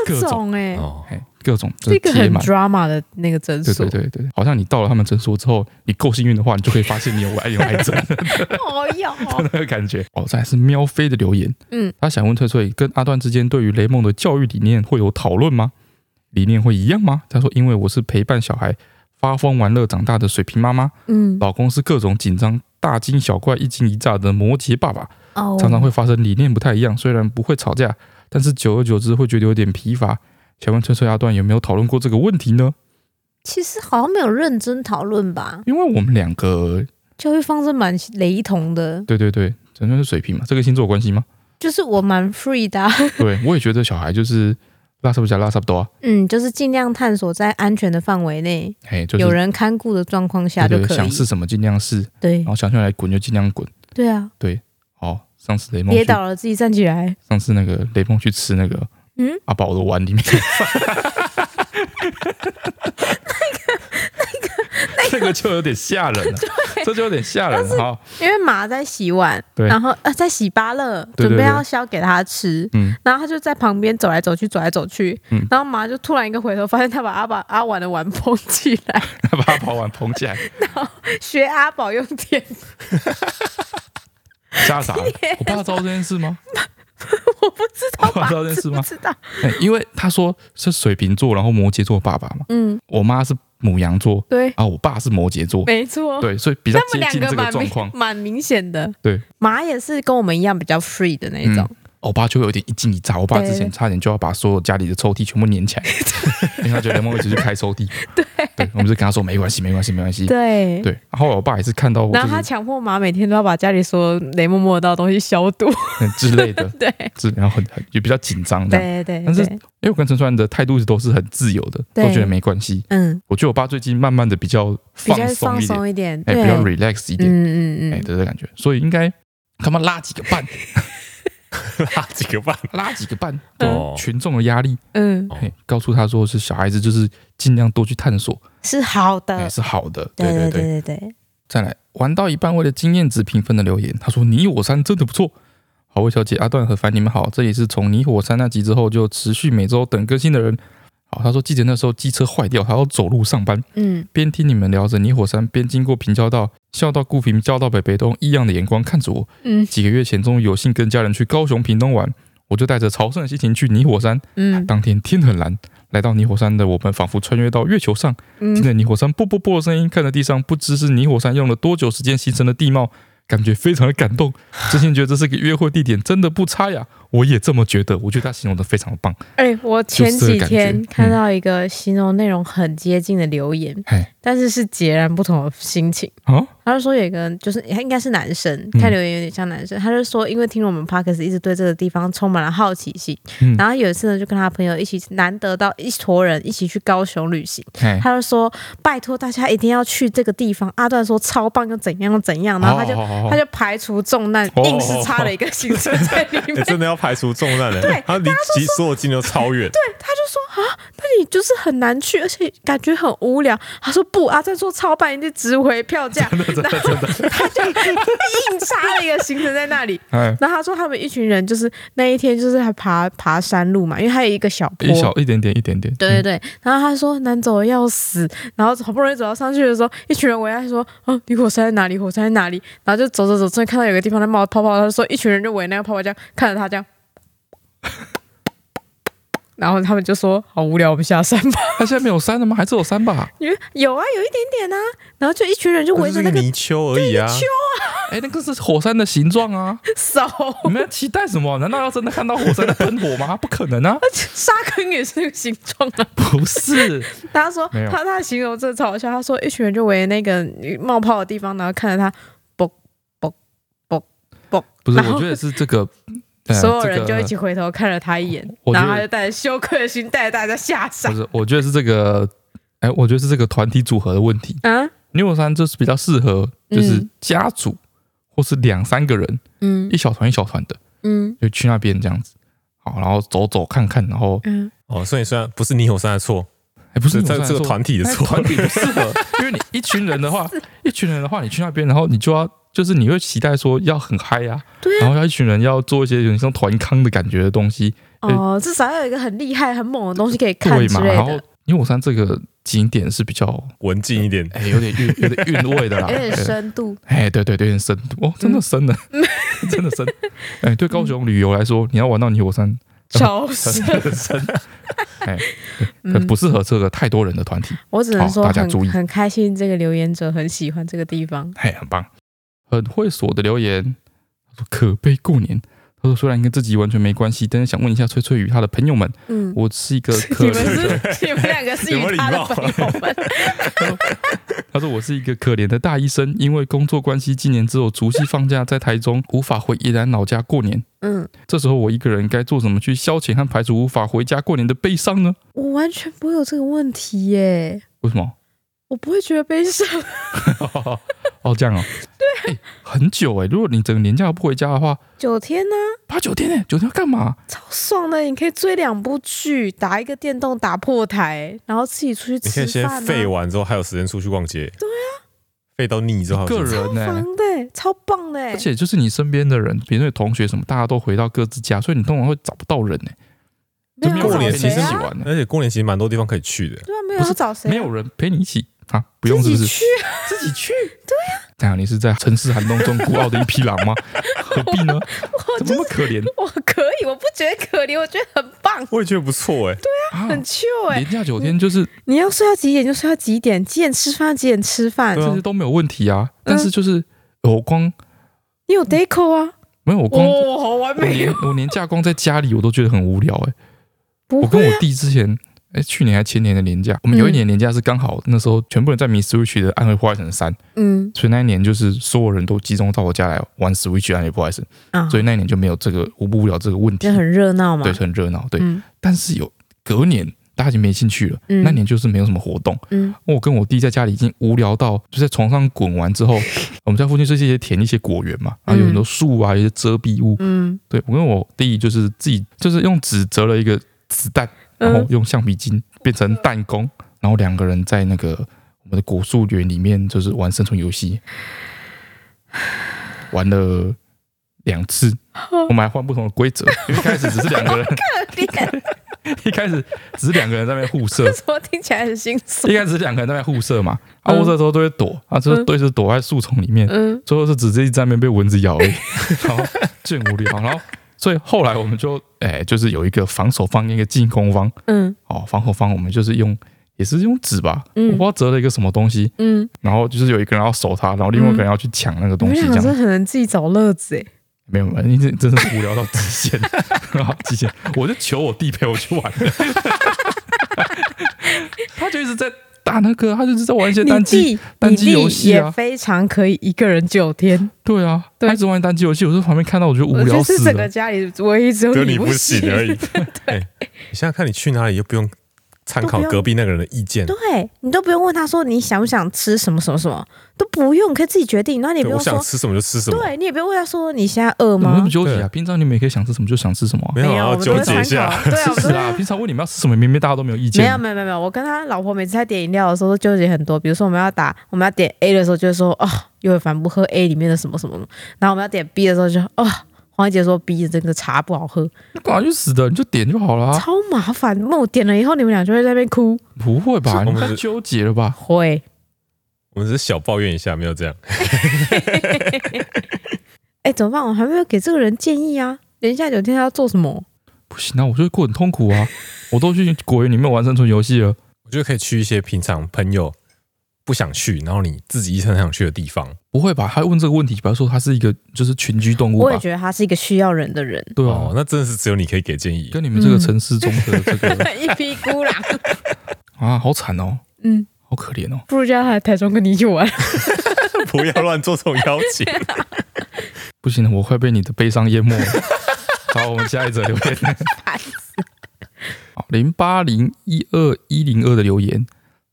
Speaker 2: 各种
Speaker 1: 种哎、
Speaker 3: 哦，
Speaker 2: 哎，各种
Speaker 1: 这
Speaker 2: 这
Speaker 1: 个很
Speaker 2: 贴满。
Speaker 1: drama 的那个诊
Speaker 2: 对
Speaker 1: 所，
Speaker 2: 对对对，好像你到了他们诊所之后，你够幸运的话，你就可以发现你有癌有癌症。
Speaker 1: 哦哟，
Speaker 2: 那个感觉。哦，再来是喵飞的留言，
Speaker 1: 嗯，
Speaker 2: 他想问翠翠跟阿段之间对于雷梦的教育理念会有讨论吗？理念会一样吗？他说，因为我是陪伴小孩发疯玩乐长大的水瓶妈妈，
Speaker 1: 嗯
Speaker 2: 老公是各种紧张。大惊小怪、一惊一乍的摩羯爸爸，
Speaker 1: 哦，
Speaker 2: 常常会发生理念不太一样，虽然不会吵架，但是久而久之会觉得有点疲乏。想问翠翠阿段有没有讨论过这个问题呢？
Speaker 1: 其实好像没有认真讨论吧，
Speaker 2: 因为我们两个，
Speaker 1: 教育方针蛮雷同的，
Speaker 2: 对对对，真的是水瓶嘛，这个星座有关系吗？
Speaker 1: 就是我蛮 free 的啊、
Speaker 2: 对，我也觉得小孩就是拉差不加拉差不多啊，
Speaker 1: 嗯，就是尽量探索在安全的范围内，
Speaker 2: 哎，就是
Speaker 1: 有人看顾的状况下就
Speaker 2: 对对
Speaker 1: 可以
Speaker 2: 想，试哦什么尽量试，
Speaker 1: 对
Speaker 2: 然后想下来滚就尽量滚。
Speaker 1: 对啊，
Speaker 2: 哦，上次雷梦
Speaker 1: 跌
Speaker 2: 去，
Speaker 1: 倒了自己站起来，
Speaker 2: 上次那个雷梦去吃那个
Speaker 1: 嗯
Speaker 2: 阿宝的碗里面，这个就有点吓人了，这就有点吓人了哈。
Speaker 1: 因为马在洗碗，
Speaker 2: 对
Speaker 1: 然后呃在洗芭乐，
Speaker 2: 对对
Speaker 1: 准备
Speaker 2: 对
Speaker 1: 要削给它吃，
Speaker 2: 嗯
Speaker 1: 然后他就在旁边走来走去，走来走去，
Speaker 2: 嗯
Speaker 1: 然后马就突然一个回头，发现他把阿把阿碗的碗捧起 来，
Speaker 2: 把它跑完捧起来，
Speaker 1: 学阿宝用电，
Speaker 2: 吓傻了。我爸知道这件事吗？
Speaker 1: 我不知道
Speaker 2: 我
Speaker 1: 吧？
Speaker 2: 知道这件事吗
Speaker 1: 知不知道，
Speaker 2: 哎因为他说是水瓶座，然后摩羯座的爸爸嘛，
Speaker 1: 嗯，
Speaker 2: 我妈是母羊座，
Speaker 1: 对，
Speaker 2: 啊，我爸是摩羯座，
Speaker 1: 没错，
Speaker 2: 对，所以比较
Speaker 1: 他们
Speaker 2: 接
Speaker 1: 两
Speaker 2: 近这个
Speaker 1: 蛮
Speaker 2: 状
Speaker 1: 明
Speaker 2: 况。
Speaker 1: 蛮明显的。
Speaker 2: 对，
Speaker 1: 马也是跟我们一样比较 free 的那一种，
Speaker 2: 我爸嗯就会有点一惊一乍，我爸之前差点就要把所有家里的抽屉全部粘起 来，因为他觉得梦一直去开抽屉。对，我们就跟他说没关系，没关系，没关系。
Speaker 1: 对。
Speaker 2: 对，然后来我爸也是看到我
Speaker 1: 然
Speaker 2: 就
Speaker 1: 后他
Speaker 2: 是
Speaker 1: 强迫马每天都要把家里所有雷默默的东西消毒，
Speaker 2: 嗯之类的，
Speaker 1: 对
Speaker 2: 之然后很很也比较紧张这样。
Speaker 1: 对对
Speaker 2: 但是
Speaker 1: 对，
Speaker 2: 因为我跟陈川的态度一直都是很自由的，
Speaker 1: 对
Speaker 2: 都觉得没关系。
Speaker 1: 嗯，
Speaker 2: 我觉得我爸最近慢慢的比较
Speaker 1: 比
Speaker 2: 放
Speaker 1: 较
Speaker 2: 松
Speaker 1: 放
Speaker 2: 一点，
Speaker 1: 松一点，
Speaker 2: 哎，
Speaker 1: 对
Speaker 2: 比较 relax 一点，
Speaker 1: 嗯嗯
Speaker 2: 哎
Speaker 1: 嗯，
Speaker 2: 的这个感觉，所以应该他妈拉几个 半，
Speaker 3: 拉几个半
Speaker 2: 拉几个半，
Speaker 3: 哦
Speaker 2: 群众的压力，
Speaker 1: 嗯，
Speaker 2: 嘿，告诉他说是小孩子就是尽量多去探索，
Speaker 1: 是好
Speaker 2: 哎，
Speaker 1: 的，
Speaker 2: 是好的，
Speaker 4: 对对
Speaker 2: 对
Speaker 4: 对对对，
Speaker 2: 再来，玩到一半为了经验值评分的留言，他说你我三真的不错。好，魏小姐、阿段和凡，你们好，这里是从你我三那集之后就持续每周等更新的人。好，他说记得那时候机车坏掉，他要走路上班，
Speaker 1: 嗯，
Speaker 2: 边听你们聊着你火山，边经过平交道，笑到顾平交道北北东异样的眼光看着我。
Speaker 1: 嗯
Speaker 2: 几个月前终于有幸跟家人去高雄屏东玩，我就带着朝圣的心情去泥火山。
Speaker 1: 嗯
Speaker 2: 当天天很蓝，来到泥火山的我们仿佛穿越到月球上，听
Speaker 1: 嗯，
Speaker 2: 着泥火山啵啵啵的声音，看着地上不知是泥火山用了多久时间形成的地貌，感觉非常的感动。真心觉得这是个约会地点，真的不差呀！我也这么觉得，我觉得他形容的非常棒。
Speaker 1: 哎，我前
Speaker 2: 就是
Speaker 1: 几
Speaker 2: 这个感觉
Speaker 1: 天
Speaker 2: 嗯
Speaker 1: 看到一个形容内容很接近的留言，
Speaker 2: 嘿，
Speaker 1: 但是是截然不同的心情。
Speaker 2: 啊，
Speaker 1: 他就说有一个人就是他应该是男生，
Speaker 2: 嗯
Speaker 1: 看留言有点像男生。他就说，因为听了我们 podcast 一直对这个地方充满了好奇心，
Speaker 2: 嗯
Speaker 1: 然后有一次呢，就跟他朋友一起难得到一坨人一起去高雄旅行，
Speaker 2: 嘿，
Speaker 1: 他就说拜托大家一定要去这个地方。阿段说超棒又怎样又怎样，然后他就、
Speaker 2: 哦好好好好
Speaker 1: 他就排除重难，
Speaker 2: 哦
Speaker 1: 硬是插了一个行程在里面。
Speaker 3: 哎，真的要排除重难的，
Speaker 1: 对
Speaker 3: 他离其所有近都超远，
Speaker 1: 对，他就说啊，那你就是很难去，而且感觉很无聊。他说不，阿段说超棒，一定值回票价。
Speaker 2: 真的真的 真的，
Speaker 1: 他就硬插了一个行程在那里。
Speaker 2: 哎，
Speaker 1: 然后他说他们一群人就是那一天就是还爬爬山路嘛，因为还有一个小坡。
Speaker 2: 一小一点点一点点，嗯
Speaker 1: 对对对，然后他说难走得要死，然后好不容易走到上去的时候，一群人围在说，啊，离火山在哪里？火山在哪里？然后就走走走，终于看到有个地方在冒泡泡，他就说一群人就围那个泡泡这样看着他这样，然后他们就说好无聊，我们下山吧，
Speaker 2: 他现在没有山了吗？还是有山吧？
Speaker 1: 因为有啊，有一点点啊，然后就一群人就围着
Speaker 3: 那是
Speaker 1: 那
Speaker 3: 个
Speaker 1: 个
Speaker 3: 泥鳅而已啊，
Speaker 2: 哎，那个是火山的形 状啊！
Speaker 1: 手，
Speaker 2: 你们要期待什么？难道要真的看到火山在喷火吗？不可 能啊！
Speaker 1: 沙坑也是那个形状啊。
Speaker 2: 不是，
Speaker 1: 他说
Speaker 2: 没有
Speaker 1: 他他形容这超好笑，他说一群人就围那个冒泡的地方，然后看着他，啵啵啵啵，
Speaker 2: 不是，
Speaker 1: 然后
Speaker 2: 我觉得是这个，呃
Speaker 1: 所有人
Speaker 2: 这
Speaker 1: 就
Speaker 2: 个
Speaker 1: 一起回头看了他一眼，
Speaker 2: 我觉
Speaker 1: 然
Speaker 2: 得
Speaker 1: 后他就带着羞愧的心带着大家下山
Speaker 2: 不。是，我觉得是这个，哎，我觉得是这个团体组合的问题。
Speaker 1: 啊，
Speaker 2: 女友山就是比较适合，就是家族、或是两三个人，
Speaker 1: 嗯
Speaker 2: 一小团一小团的，
Speaker 1: 嗯
Speaker 2: 就去那边这样子。好，然后走走看看，然后
Speaker 1: 嗯，
Speaker 3: 哦，所以虽然不是猕猴山的错，
Speaker 2: 哎，不是
Speaker 3: 这
Speaker 2: 女友
Speaker 3: 这
Speaker 2: 山
Speaker 3: 这
Speaker 2: 说
Speaker 3: 个团体的
Speaker 2: 哎
Speaker 3: 错，
Speaker 2: 团体不适 合，因为你一群人的话，一群人的话，你去那边，然后你就要就是你会期待说要很嗨啊，
Speaker 1: 对
Speaker 2: 然
Speaker 1: 啊，
Speaker 2: 后要一群人要做一些有点像团康的感觉的东西，
Speaker 1: 哦，至少要有一个很厉害、很猛的东西可以看
Speaker 2: 对
Speaker 1: 之
Speaker 2: 嘛？
Speaker 1: 类
Speaker 2: 然后
Speaker 1: 的，
Speaker 2: 因为我山这个景点是比较
Speaker 3: 文静一点，
Speaker 2: 哎有点韵有点韵味的 啦，
Speaker 1: 有点
Speaker 2: 对
Speaker 1: 深 度。
Speaker 2: 哎，对对对，有点深度哦，真的深了，
Speaker 1: 嗯
Speaker 2: 真的深。哎，对高雄旅游来说，你要玩到泥火山，
Speaker 1: 超
Speaker 2: 真
Speaker 1: 深，
Speaker 2: 的深。哎，
Speaker 1: 嗯
Speaker 2: 对不适合这个太多人的团体。
Speaker 1: 我只能说
Speaker 2: 好大家注意
Speaker 1: 很很开心，这个留言者很喜欢这个地方。
Speaker 2: 哎，很棒，很会锁的留言。他说可悲过年。他说：“虽然跟自己完全没关系，但是想问一下翠翠与他的朋友们，
Speaker 1: 嗯，
Speaker 2: 我 是一个可
Speaker 1: 你
Speaker 2: 怜
Speaker 1: 们是
Speaker 2: 的。
Speaker 1: 你们两个是
Speaker 3: 有没有
Speaker 1: 与
Speaker 3: 礼
Speaker 1: 他的
Speaker 3: 貌
Speaker 1: 朋友们，
Speaker 2: 他说我是一个可怜的大医生，因为工作关系，今年只有除夕放假在台中，无法回宜兰老家过年。
Speaker 1: 嗯，
Speaker 2: 这时候我一个人该做什么去消遣和排除无法回家过年的悲伤呢？
Speaker 1: 我完全不会有这个问题耶，
Speaker 2: 为什么？
Speaker 1: 我不会觉得悲伤。
Speaker 2: 哦，这样哦，对、很久哎、如果你整个年假不回家的话，
Speaker 1: 九天呢、
Speaker 2: 八九天哎、九天要干嘛？
Speaker 1: 超爽的，你可以追两部剧，打一个电动打破台，然后自己出去
Speaker 3: 你可以
Speaker 1: 吃
Speaker 3: 先
Speaker 1: 饭、啊。
Speaker 3: 废完之后，还有时间出去逛街。对啊，背到腻之后，
Speaker 2: 一个人
Speaker 1: 超
Speaker 2: 哎
Speaker 1: 烦的欸、超棒的欸、
Speaker 2: 而且就是你身边的人，比如说你同学什么，大家都回到各自家，所以你通常会找不到人哎呢、就没
Speaker 1: 没
Speaker 2: 有
Speaker 1: 有
Speaker 3: 过
Speaker 2: 人
Speaker 3: 年
Speaker 2: 陪你一
Speaker 3: 其
Speaker 2: 起
Speaker 3: 实
Speaker 1: 找谁啊，
Speaker 2: 玩呢、
Speaker 3: 而且过年其实蛮多地方可以去的，
Speaker 1: 对啊，没有人
Speaker 2: 不是
Speaker 1: 要找谁啊，
Speaker 2: 没有人陪你一起啊，不
Speaker 1: 自
Speaker 2: 用是
Speaker 1: 己
Speaker 2: 不是？
Speaker 1: 去啊，
Speaker 2: 自己去？对呀、这样你是在城市寒冬中孤傲的一匹狼 吗？何必呢？
Speaker 1: 我
Speaker 2: 怎么那
Speaker 1: 就
Speaker 2: 么可怜
Speaker 1: 我可以，我不觉得可怜，我觉得很棒，
Speaker 3: 我也觉得不错哎、
Speaker 2: 啊？
Speaker 1: 很 chill 哎、
Speaker 2: 连假九天就是
Speaker 1: 你要睡到几点就睡到几点，几点吃饭就几点吃饭，
Speaker 2: 这些都没有问题
Speaker 1: 嗯
Speaker 2: 啊，但是就是呃我光
Speaker 1: 你
Speaker 2: 嗯
Speaker 1: 有 deco 啊，
Speaker 2: 没有我光
Speaker 1: 哦，好完
Speaker 2: 我
Speaker 1: 美
Speaker 2: 连
Speaker 1: 哦，
Speaker 2: 我连假光在家里我都觉得很无聊哎、
Speaker 1: 不
Speaker 2: 我跟
Speaker 1: 会啊
Speaker 2: 我弟之前，哎、去年还前年的年假，我们有一年年假是刚好那时候全部人在迷 Switch 的《暗黑破坏神三》，
Speaker 1: 嗯
Speaker 2: 所以那一年就是所有人都集中到我家来玩 Switch《暗黑破坏神》，
Speaker 1: 啊，
Speaker 2: 所以那一年就没有这个无不无聊这个问题
Speaker 1: 就，很热闹嘛，
Speaker 2: 对，很热闹，对。
Speaker 1: 嗯
Speaker 2: 但是有隔年大家已经没兴趣了，
Speaker 1: 嗯
Speaker 2: 那年就是没有什么活动。
Speaker 1: 嗯，
Speaker 2: 我跟我弟在家里已经无聊到，就在床上滚 完之后，我们家附近就是一些田、一些果园嘛，然后有很多树啊，有一些遮蔽物。
Speaker 1: 嗯
Speaker 2: 对我跟我弟就是自己就是用纸折了一个子弹， 然后
Speaker 1: 嗯
Speaker 2: 用橡皮筋变成弹弓，然后两个人在那个我们的果树园里面就是玩生存游戏，玩了两次，
Speaker 1: 哦
Speaker 2: 我们还换不同的规 则，因为一开始只是两个人， 一开始只是两个人在那边互射
Speaker 1: 为，什么听起来很心酸
Speaker 2: 一？开始两个人在那边互射嘛，啊，
Speaker 1: 嗯
Speaker 2: 互射的时候都会躲，啊，就是
Speaker 1: 嗯
Speaker 2: 对，是躲在树丛里面，
Speaker 1: 嗯
Speaker 2: 最后是只是一直在那边被蚊子咬 而已，然后见无聊，然后所以后来我们就，哎、就是有一个防守方跟一个进攻方，
Speaker 1: 嗯
Speaker 2: 哦，防守方我们就是用也是用纸吧，
Speaker 1: 嗯
Speaker 2: 我不知道折了一个什么东西，
Speaker 1: 嗯，
Speaker 2: 然后就是有一个人要守他，然后另外一个人要去抢那个
Speaker 1: 你
Speaker 2: 东
Speaker 1: 们
Speaker 2: 西，
Speaker 1: 俩
Speaker 2: 这
Speaker 1: 真的
Speaker 2: 样
Speaker 1: 很能自己找乐子哎，
Speaker 2: 没有，反正这真的是无聊到极限， 好极限，我就求我弟陪我去玩， 他就一直在打那个，他就一直在玩一些单
Speaker 1: 你
Speaker 2: 机。
Speaker 1: 弟
Speaker 2: 单
Speaker 1: 你
Speaker 2: 机游
Speaker 1: 弟
Speaker 2: 戏啊
Speaker 1: 也非常可以一个人九天，
Speaker 2: 对啊，
Speaker 1: 对
Speaker 2: 他一直玩单机游戏，我在旁边看到，我觉得无
Speaker 1: 我觉
Speaker 2: 聊
Speaker 1: 得是
Speaker 2: 死
Speaker 1: 整个
Speaker 2: 了。
Speaker 1: 家里唯一只有
Speaker 3: 只有
Speaker 1: 你
Speaker 3: 你不
Speaker 1: 行
Speaker 3: 行而已。对，哎你想想看，你去哪里又不用参考
Speaker 1: 都不用
Speaker 3: 隔壁那个人的意见，
Speaker 1: 对你都不用问他说你想不想吃什么什么什么，都不用，可以自己决定。然后你也
Speaker 3: 对
Speaker 1: 不
Speaker 3: 我
Speaker 1: 用
Speaker 3: 想
Speaker 1: 说，
Speaker 3: 吃什么就吃什么。
Speaker 1: 对你也不用问他说你现在饿
Speaker 2: 怎么那
Speaker 1: 吗
Speaker 2: 么？纠结
Speaker 3: 对
Speaker 2: 啊？平常你们也可以想吃什么就想吃什么啊、
Speaker 3: 没有
Speaker 1: 有，
Speaker 3: 要
Speaker 1: 我们都
Speaker 3: 纠
Speaker 1: 会
Speaker 3: 结一
Speaker 1: 参
Speaker 3: 下
Speaker 1: 考。。对啊，我们
Speaker 2: 是
Speaker 1: 都
Speaker 2: 啊，
Speaker 1: 会
Speaker 2: 平常问你们要吃什么，明明大家都没有意
Speaker 1: 没有
Speaker 2: 见。
Speaker 1: 没有没有没有，我跟他老婆每次在点饮料的时候都纠结很多。比如说我们要打我们要点 A 的时候，就会说哦，又很烦不喝 A 里面的什么什么什么。然后我们要点 B 的时候就哦，黄怡姐说 B 的这个茶不好喝，
Speaker 2: 你本来就死的，你就点就好了、啊。
Speaker 1: 超麻烦。那我点了以后，你们俩就会在那边哭。
Speaker 2: 不会吧？
Speaker 3: 是
Speaker 2: 你
Speaker 3: 我们
Speaker 2: 太
Speaker 3: 是
Speaker 2: 纠结了吧？
Speaker 1: 会，
Speaker 3: 我们只是小抱怨一下，没有这样。
Speaker 1: 哎，怎么办？我还没有给这个人建议啊。等一下九天他要做什么？
Speaker 2: 不行啊，我就会过很痛苦啊！ 我都去果园里面玩生存游戏了，
Speaker 3: 我觉得可以去一些平常朋友不想去，然后你自己一直很想去的地方。
Speaker 2: 不会吧？他问这个问题，比方说他是一个就是群居动物
Speaker 1: 我也
Speaker 2: 吧？
Speaker 1: 觉得他是一个需要人的人，
Speaker 2: 对
Speaker 3: 哦
Speaker 2: 啊，，
Speaker 3: 那真的是只有你可以给建议。
Speaker 2: 跟你们这个城市中的这个
Speaker 1: 一批姑啦。
Speaker 2: 啊，好惨哦，
Speaker 1: 嗯，
Speaker 2: 好可怜哦。
Speaker 1: 不如叫他来台中跟你一起玩。
Speaker 3: 不要乱做这种邀请。
Speaker 2: 不行了，我快被你的悲伤淹 没了。好，我们下一则留言。好，零八零一二一零二的留言，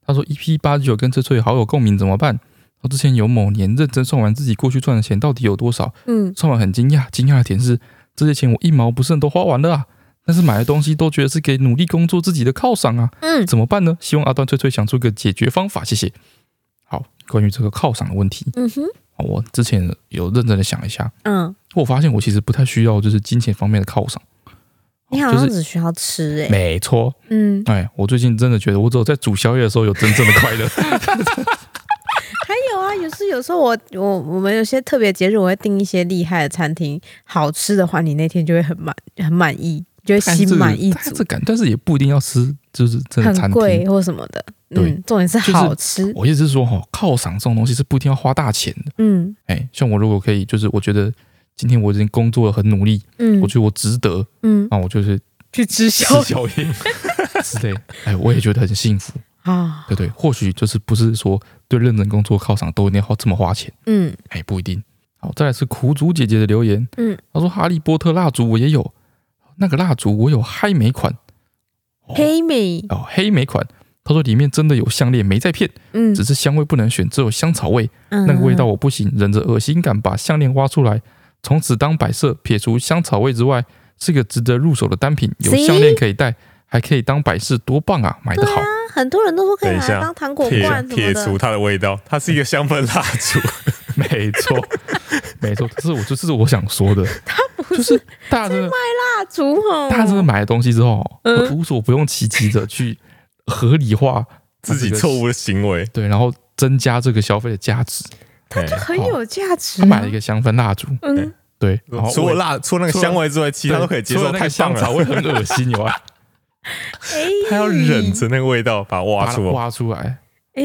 Speaker 2: 他说 EP 八九跟翠翠好友共鸣怎么办？他之前有某年认真算完自己过去赚的钱到底有多少，
Speaker 1: 嗯，
Speaker 2: 算完很惊讶，惊讶的点是这些钱我一毛不剩都花完了啊，但是买的东西都觉得是给努力工作自己的犒赏啊，
Speaker 1: 嗯
Speaker 2: 怎么办呢？希望阿端翠翠想出个解决方法，谢谢。好，关于这个犒赏的问题，
Speaker 1: 嗯哼，
Speaker 2: 我之前有认真的想一下，
Speaker 1: 嗯，
Speaker 2: 我发现我其实不太需要就是金钱方面的犒赏，
Speaker 1: 你好
Speaker 2: 就
Speaker 1: 像
Speaker 2: 是
Speaker 1: 只需要吃哎、
Speaker 2: 没错，
Speaker 1: 嗯，
Speaker 2: 哎，我最近真的觉得我只有在煮宵夜的时候有真正的快乐，
Speaker 1: 还有啊，有时有时候我我我们有些特别节日，我会订一些厉害的餐厅，好吃的话，你那天就会很满很满意，就会
Speaker 2: 但是
Speaker 1: 心满意
Speaker 2: 但是
Speaker 1: 足
Speaker 2: 这。感，但是也不一定要吃就是真的餐
Speaker 1: 很贵
Speaker 2: 厅。
Speaker 1: 或什么的，
Speaker 2: 对
Speaker 1: 嗯，重点是
Speaker 2: 就是
Speaker 1: 好吃，
Speaker 2: 我意思是说哈，犒赏这种东西是不一定要花大钱的。
Speaker 1: 嗯
Speaker 2: 哎，像我如果可以，就是我觉得今天我已经工作了很努力，
Speaker 1: 嗯
Speaker 2: 我觉得我值得，
Speaker 1: 嗯，
Speaker 2: 那我就是
Speaker 1: 去吃
Speaker 2: 吃
Speaker 1: 宵
Speaker 2: 宵夜之类。哎，我也觉得很幸福，
Speaker 1: 啊，
Speaker 2: 对不对？或许就是不是说对认真工作犒赏都一定要这么花钱。
Speaker 1: 嗯
Speaker 2: 哎，不一定。好，再来是苦主姐姐的留言，
Speaker 1: 嗯，
Speaker 2: 她说《哈利波特》蜡烛我也有，那个蜡烛我有嗨美款
Speaker 1: 黑米，
Speaker 2: 哦，黑美款。她说里面真的有项链，没在骗，
Speaker 1: 嗯，
Speaker 2: 只是香味不能选，只有香草味，
Speaker 1: 那
Speaker 2: 那个味道，我不行，忍着恶心感把项链挖出来，从此当摆设，撇除香草味之外，是个值得入手的单品，有
Speaker 1: See？
Speaker 2: 项链可以戴，还还可以当摆饰，多棒啊！买的好，
Speaker 4: 那很多人都说可以拿
Speaker 3: 等一下
Speaker 4: 来当糖果
Speaker 3: 撇
Speaker 4: 罐什么
Speaker 3: 撇除
Speaker 4: 的，
Speaker 3: 它的味道，它是一个香氛蜡烛。
Speaker 2: 没错，没错。这是我，这是我想说的，
Speaker 1: 不
Speaker 2: 就是大家真的，
Speaker 1: 蜡烛哦，
Speaker 2: 大家真的买了东西之后，
Speaker 1: 嗯
Speaker 2: 会无所不用其极的去合理化
Speaker 3: 自己
Speaker 2: 这个
Speaker 3: 错误的行为，
Speaker 2: 对，然后增加这个消费的价值。
Speaker 3: 哎
Speaker 1: 很有价值、啊。
Speaker 2: 他买了一个香氛蜡烛，
Speaker 1: 嗯，
Speaker 2: 对，然后
Speaker 3: 除
Speaker 2: 我
Speaker 3: 了辣，除了那个香味之外，其
Speaker 2: 对
Speaker 3: 他都可以接
Speaker 2: 除
Speaker 3: 受。
Speaker 2: 了那
Speaker 3: 太
Speaker 2: 个
Speaker 3: 棒
Speaker 2: 香草
Speaker 3: 了，
Speaker 2: 味很恶心以外，
Speaker 1: 哎，
Speaker 3: 他要忍着那个味道把
Speaker 2: 把
Speaker 3: 它 挖
Speaker 2: 它
Speaker 3: 出来。
Speaker 2: 挖出来，
Speaker 1: 哎、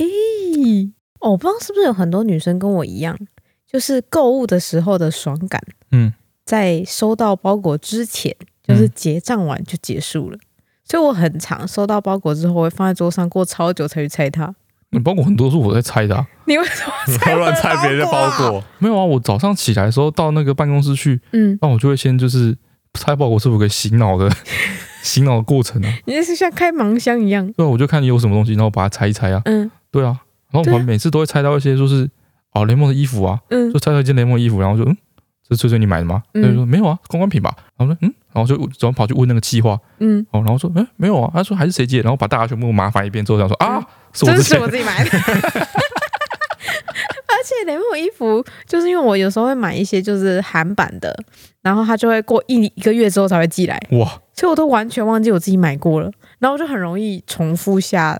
Speaker 1: 哦我不知道是不是有很多女生跟我一样，就是购物的时候的爽感，
Speaker 2: 嗯，
Speaker 1: 在收到包裹之前，就是
Speaker 3: 嗯
Speaker 1: 结账完就结束了。所以我很常收到包裹之后，我会放在桌上过超久才去拆它。
Speaker 2: 包括很多是我在猜的啊、
Speaker 1: 你为 什么
Speaker 3: 他
Speaker 1: 拆
Speaker 3: 乱拆别人的包
Speaker 1: 啊？
Speaker 3: 裹，
Speaker 2: 没有啊，我早上起来的时候到那个办公室去，
Speaker 1: 嗯，
Speaker 2: 那我就会先就是猜包裹是不是有个洗脑的 洗脑的过程啊？
Speaker 1: 你这是像开盲箱一样。
Speaker 2: 对啊，我就看有什么东西，然后把它拆一拆啊。
Speaker 1: 嗯
Speaker 2: 对啊，然后
Speaker 1: 对
Speaker 2: 我
Speaker 1: 啊
Speaker 2: 每次都会拆到一些就是哦雷蒙的衣服啊，
Speaker 1: 嗯
Speaker 2: 就拆到一件雷蒙的衣服，然后就嗯，这是翠翠你买的吗？
Speaker 1: 嗯
Speaker 2: 他就说没有啊，公关品吧。然后说嗯，然后就然后跑去问那个计划
Speaker 1: 嗯，
Speaker 2: 哦，然后说嗯没有啊，他说还是谁接，然后把大家全部麻烦一遍之后，想说啊
Speaker 1: 嗯
Speaker 2: 是我
Speaker 1: 真
Speaker 2: 之
Speaker 1: 是
Speaker 2: 前
Speaker 1: 我自己买的。 而且雷梦衣服，就是因为我有时候会买一些就是韩版的，然后它就会过一一个月之后才会寄来。
Speaker 2: 哇，
Speaker 1: 所以我都完全忘记我自己买过了，然后我就很容易重复下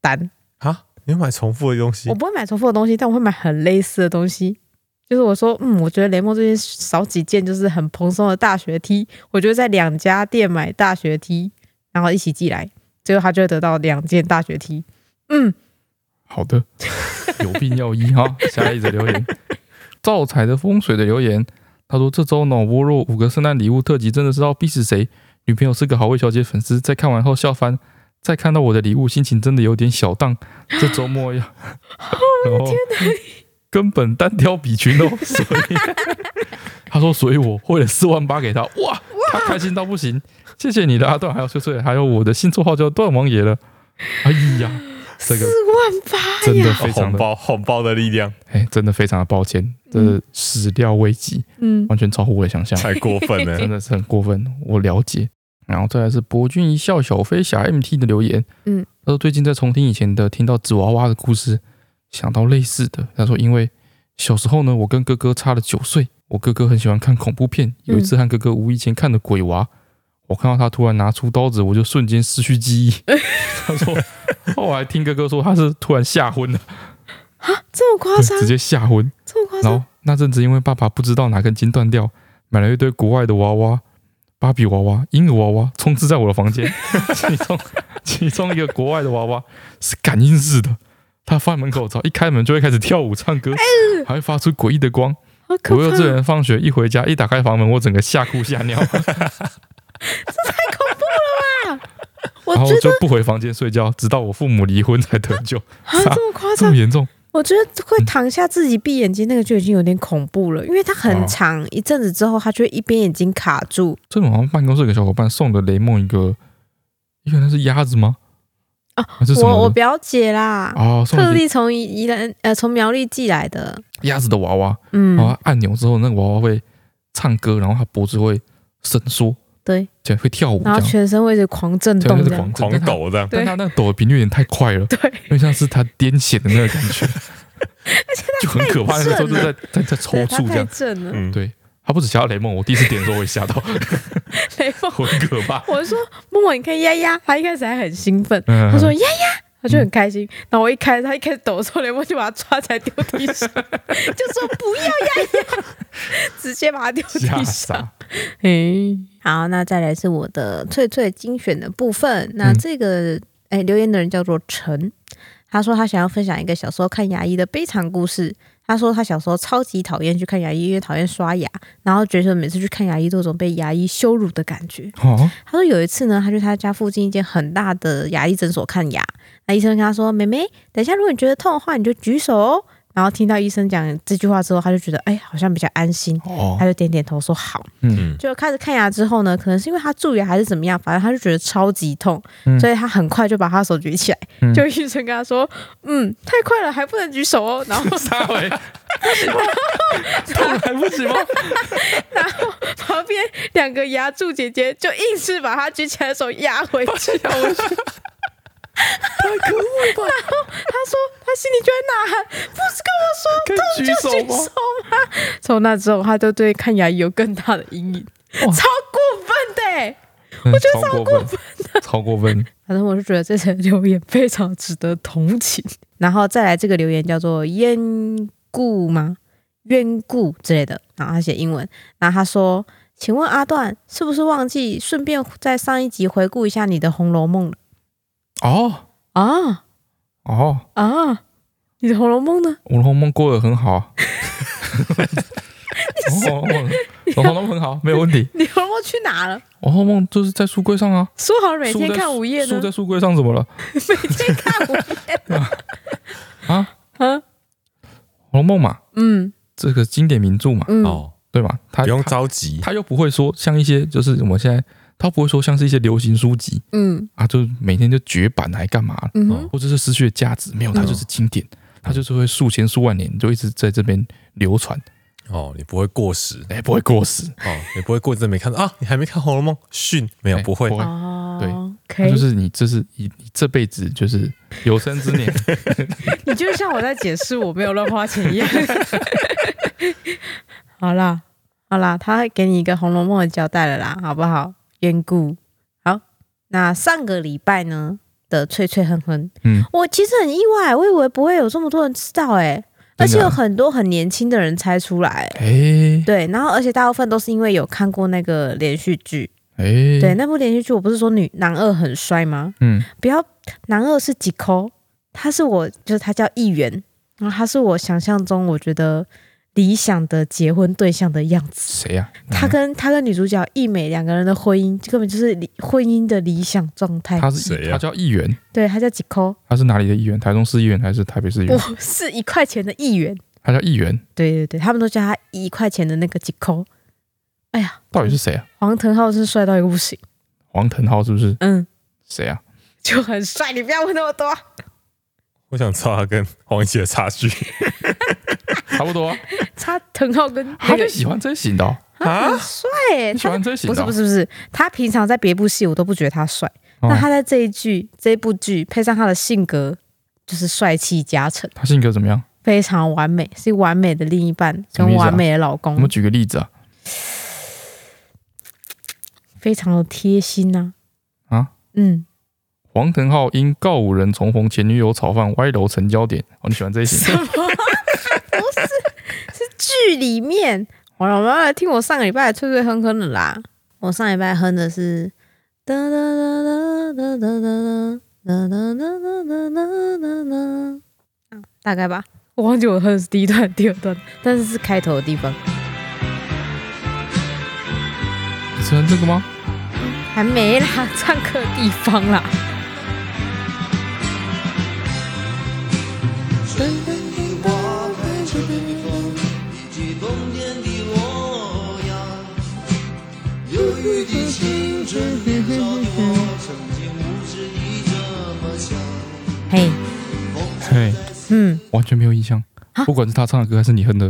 Speaker 1: 单。
Speaker 3: 啊！你要买重复的东西
Speaker 1: 我，不会买重复的东西，但我会买很类似的东西。就是我说，嗯，我觉得雷梦最近少几件就是很蓬松的大学 T，我就在两家店买大学 T，然后一起寄来，最后他就会得到两件大学 T。嗯，
Speaker 2: 好的，有病要医哈。下一则留言，赵彩的风水的留言，他说这周脑波弱五个圣诞礼物特辑真的是要逼死谁？女朋友是个好味小姐粉丝，在看完后笑翻，再看到我的礼物，心情真的有点小荡。这周末要，然后根本单挑比群哦，所以他说，所以我汇了四万八给他，哇，他开心到不行，谢谢你的阿段，还有翠翠，还有我的新绰号叫段王爷了，哎呀，这
Speaker 1: 四
Speaker 2: 个
Speaker 1: 万八
Speaker 2: 真的
Speaker 1: 哎呀，
Speaker 2: 非常
Speaker 3: 红
Speaker 2: 的
Speaker 3: 包红包的力量
Speaker 2: 哎，真的非常的抱歉，这是始料未及，
Speaker 1: 嗯，
Speaker 2: 完全超乎我的想象，
Speaker 3: 太过分了
Speaker 2: 真。的是很过分，我了解。然后再来是博君一笑小飞侠 MT 的留言，
Speaker 1: 嗯，
Speaker 2: 他说最近在重听以前的听到纸娃娃的故事，想到类似的，他说因为小时候呢，我跟哥哥差了九岁，我哥哥很喜欢看恐怖片，有
Speaker 1: 嗯
Speaker 2: 一次和哥哥无意间看的《鬼娃》，我看到他突然拿出刀子，我就瞬间失去记忆。 他说后来听哥哥说他是突然吓昏了，
Speaker 1: 这么夸张
Speaker 2: 对，啊直接吓昏。
Speaker 1: 这么夸
Speaker 2: 然
Speaker 1: 张，
Speaker 2: 后那阵子因为爸爸不知道哪根筋断掉，买了一堆国外的娃娃、芭比娃娃、婴儿娃娃，充斥在我的房 间。其中其中一个国外的娃娃是感应式的，它放在门口，只要一开门就会开始跳舞、唱歌，
Speaker 1: 哎
Speaker 2: 还会发出诡异的光。
Speaker 1: 好可
Speaker 2: 我幼稚
Speaker 1: 怕，
Speaker 2: 园放学一回家，一打开房门，我整个吓哭吓 尿，
Speaker 1: 我
Speaker 2: 然后
Speaker 1: 觉得
Speaker 2: 就不回房间睡觉，直到我父母离婚才得 救。
Speaker 1: 啊，这么夸
Speaker 2: 这
Speaker 1: 张
Speaker 2: 么，严重？
Speaker 1: 我觉得
Speaker 2: 嗯
Speaker 1: 会躺下自己闭眼睛那个就已经有点恐怖了，因为它
Speaker 2: 哦
Speaker 1: 很长一阵子之后，它就会一边眼睛卡住
Speaker 2: 这种好像办公室有个小伙伴送的雷梦一个，应该那是鸭子吗？
Speaker 1: 啊
Speaker 2: 还是什
Speaker 1: 我我
Speaker 2: 么的？
Speaker 1: 表姐啦，
Speaker 2: 哦，送了
Speaker 1: 特
Speaker 2: 一个
Speaker 1: 地从宜宜兰呃从苗栗寄来的，
Speaker 2: 鸭子的娃娃，
Speaker 1: 嗯，
Speaker 2: 然后按钮之后，那个娃娃会唱歌，然后它脖子会伸缩，
Speaker 1: 对，
Speaker 2: 对，会跳舞这
Speaker 1: 然后
Speaker 2: 样，
Speaker 1: 全身会一直狂震
Speaker 2: 这样
Speaker 1: 动
Speaker 2: 就是
Speaker 1: 这样，
Speaker 2: 狂
Speaker 3: 狂
Speaker 2: 震，
Speaker 3: 抖这样，
Speaker 2: 但它但它那个抖的频率有点太快了，
Speaker 1: 对，
Speaker 2: 因为像是它癫痫的那个感 觉，就很可怕。那个时候就在在在抽
Speaker 1: 对，它
Speaker 2: 搐这
Speaker 1: 太
Speaker 2: 样，
Speaker 1: 震了，
Speaker 3: 嗯，
Speaker 2: 对。他不止想到雷梦，我第一次点的时候我也吓到，
Speaker 1: 雷梦，
Speaker 2: 很可怕。
Speaker 1: 我说梦梦你看丫丫，她一开始还很兴奋，
Speaker 2: 嗯，
Speaker 1: 她说丫丫。她就很开心，然后我一开，她一开始抖的时候，雷梦就把她抓起来丢地 上，就说不要丫丫，直接把她丢
Speaker 2: 吓
Speaker 1: 地上。
Speaker 2: 傻，
Speaker 1: 哎，
Speaker 4: 好，那再来是我的翠翠精选的部分。那
Speaker 2: 嗯
Speaker 4: 这个哎、留言的人叫做陈，他说他想要分享一个小时候看牙医的悲惨故事。他说他小时候超级讨厌去看牙医，因为讨厌刷牙，然后觉得每次去看牙医都有种被牙医羞辱的感觉。
Speaker 2: 哦，
Speaker 4: 他说有一次呢，他去他家附近一间很大的牙医诊所看牙，那医生跟他说：“妹妹，等一下如果你觉得痛的话，你就举手哦。”然后听到医生讲这句话之后，他就觉得哎，好像比较安心，
Speaker 2: 哦
Speaker 4: 他，就点点头说好。
Speaker 2: 嗯
Speaker 4: 就开始看牙之后呢，可能是因为他蛀牙还是怎么样，反正他就觉得超级痛，
Speaker 2: 嗯
Speaker 4: 所以他很快就把他的手举起来。
Speaker 2: 嗯
Speaker 1: 就医生跟他说：“嗯，太快了，还不能举手哦。”然后
Speaker 2: 他回，痛还不行吗？
Speaker 1: 然后跑旁边两个牙柱姐姐就硬是把他举起来的手压回 去，压回去。
Speaker 2: 太可恶了吧！
Speaker 1: 他说他心里就在呐喊，不是跟我说
Speaker 2: 可以举手
Speaker 1: 举
Speaker 2: 吗
Speaker 1: 手？吗？从那之后，他就对看牙医有更大的阴影，超
Speaker 2: 哇
Speaker 1: 过分的、欸。
Speaker 2: 我觉得嗯超过分，超过分。
Speaker 1: 反正我是觉得这则留言非常值得同情。然后再来这个留言叫做烟故吗？冤故之类的，然后他写英文，然后他说：“请问阿段是不是忘记顺便在上一集回顾一下你的《红楼梦》了
Speaker 2: 哦
Speaker 1: 啊
Speaker 2: 哦，
Speaker 1: 啊？你的《红楼梦》呢？
Speaker 2: 我的红梦过得很好 啊。哦我红梦很好，没有问题。
Speaker 1: 你《红楼梦》去哪了？
Speaker 2: 我红梦就是在书柜上啊，
Speaker 1: 说好了每天看午夜
Speaker 2: 书
Speaker 1: 呢，
Speaker 2: 在书柜上怎么了
Speaker 1: 每天看午夜
Speaker 2: 啊？
Speaker 1: 啊，
Speaker 2: 红梦嘛，
Speaker 1: 嗯
Speaker 2: 这个经典名著嘛，
Speaker 1: 嗯，
Speaker 3: 哦，
Speaker 2: 对吧？它
Speaker 3: 不用
Speaker 2: 它
Speaker 3: 着急，
Speaker 2: 啊他又不会说像一些就是我们现在，他不会说像是一些流行书籍
Speaker 1: 嗯
Speaker 2: 啊，就是每天就绝版来干嘛，
Speaker 1: 嗯
Speaker 3: 哦
Speaker 1: 哼
Speaker 2: 或者是失去了价值，没有，它
Speaker 3: 嗯
Speaker 2: 就是经典，它就是会数千数万年就一直在这边流传，
Speaker 3: 哦，你不会过时，
Speaker 2: 哎，不会过时，
Speaker 3: 哦，你不会过真的没看到啊？你还没看《红楼梦》？训没有？
Speaker 2: 哎
Speaker 3: 不会
Speaker 2: 不，会对
Speaker 1: 哦，
Speaker 2: 它
Speaker 1: OK，
Speaker 2: 就是你这是你你这辈子就是有生 之年，
Speaker 1: 你就像我在解释我没有乱花钱一样。 好啦，好啦，他给你一个《红楼梦》的交代了啦，好不好？缘故。好，那上个礼拜呢的脆脆哼哼，
Speaker 2: 嗯，
Speaker 1: 我其实很意外，我以为不会有这么多人知道哎、而且有很多很年轻的人猜出来、欸
Speaker 2: 哎
Speaker 1: 对，然后而且大部分都是因为有看过那个连续剧，
Speaker 2: 哎，
Speaker 1: 对，，那部连续剧我不是说女男二很帅吗？
Speaker 2: 嗯，
Speaker 1: 不要男二是几抠，他是我就是他叫议员，然后他是我想象中我觉得理想的结婚对象的样子。
Speaker 2: 谁呀？嗯
Speaker 1: 他跟他跟女主角艺美两个人的婚姻根本就是理婚姻的理想状态。
Speaker 2: 他是
Speaker 3: 谁呀
Speaker 2: 他叫议员，
Speaker 1: 对他叫几抠，
Speaker 2: 他是哪里的议员？台中市议员还是台北市议
Speaker 1: 我
Speaker 2: 员？
Speaker 1: 是一块钱的议员。
Speaker 2: 他叫议员，
Speaker 1: 对对对，他们都叫他一块钱的那个几抠。哎呀，
Speaker 2: 到底是谁啊？
Speaker 1: 黄腾浩是帅到一个不行，
Speaker 2: 黄腾浩是不是
Speaker 1: 嗯，
Speaker 2: 谁啊？
Speaker 1: 就很帅。你不要问那么多，
Speaker 3: 我想知道他跟黄一杰的差距
Speaker 2: 差不多啊，
Speaker 1: 他腾浩跟
Speaker 2: 他
Speaker 1: 那
Speaker 2: 就
Speaker 1: 个
Speaker 2: 喜欢真型的哦，
Speaker 3: 啊
Speaker 1: 很帅欸，
Speaker 2: 你喜
Speaker 1: 他
Speaker 2: 欢真型
Speaker 1: 不
Speaker 2: 的
Speaker 1: 是
Speaker 2: 哦，
Speaker 1: 不是不是，他平常在别部戏我都不觉得他帅，
Speaker 2: 哦
Speaker 1: 那他在这一剧这一部剧配上他的性格，就是帅气加成，
Speaker 2: 他性格怎么样？
Speaker 1: 非常完美，是完美的另一半
Speaker 2: 什么意
Speaker 1: 跟
Speaker 2: 思啊
Speaker 1: 完美的老
Speaker 2: 我
Speaker 1: 公，
Speaker 2: 们举个例子啊，
Speaker 1: 非常的贴心呐、
Speaker 2: 啊
Speaker 1: 嗯，
Speaker 2: 黄腾浩因告五人重逢前女友炒饭歪楼成焦点，哦，你喜欢这一型？
Speaker 1: 什么？ 不是，是剧里面。好了，我们要来听我上个礼拜脆脆哼哼的啦。我上礼拜哼的是哒哒哒哒哒哒哒哒哒哒哒哒哒哒哒，啊大概吧。我忘记我哼的是第一段、第二段，但是是开头的地方，
Speaker 2: 你喜欢这个吗？
Speaker 1: 还没啦，唱歌的地方啦。嘿，
Speaker 2: 嘿，
Speaker 1: 嗯，
Speaker 2: 完全没有印象
Speaker 1: 啊。
Speaker 2: 不管是他唱的歌还是你哼的，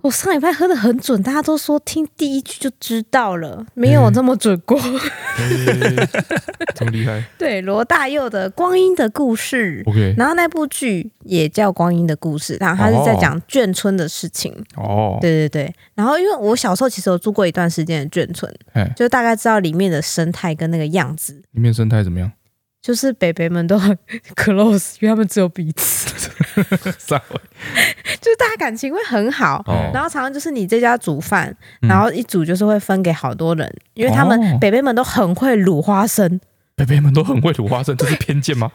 Speaker 1: 我哦上礼拜喝的很准，大家都说听第一句就知道了，没有这么准过。
Speaker 2: 这么厉害
Speaker 1: 对，罗大佑的《光阴的故事》，
Speaker 2: ？OK，
Speaker 1: 然后那部剧也叫《光阴的故事》，然后他是在讲眷村的事情。
Speaker 2: 哦，
Speaker 1: 对对对，然后因为我小时候其实有住过一段时间的眷村
Speaker 2: 哎，
Speaker 1: 就大概知道里面的生态跟那个样子。
Speaker 2: 里面生态怎么样？
Speaker 1: 就是北北们都很 close，因为他们只有彼此，
Speaker 2: 三
Speaker 1: 就是大家感情会很好。
Speaker 3: 哦
Speaker 1: 然后常常就是你这家煮饭，
Speaker 2: 嗯
Speaker 1: 然后一煮就是会分给好多人，因为他们、
Speaker 2: 哦
Speaker 1: 北北们都很会卤花生，
Speaker 2: 贝贝们都很会卤花生，这是偏见吗？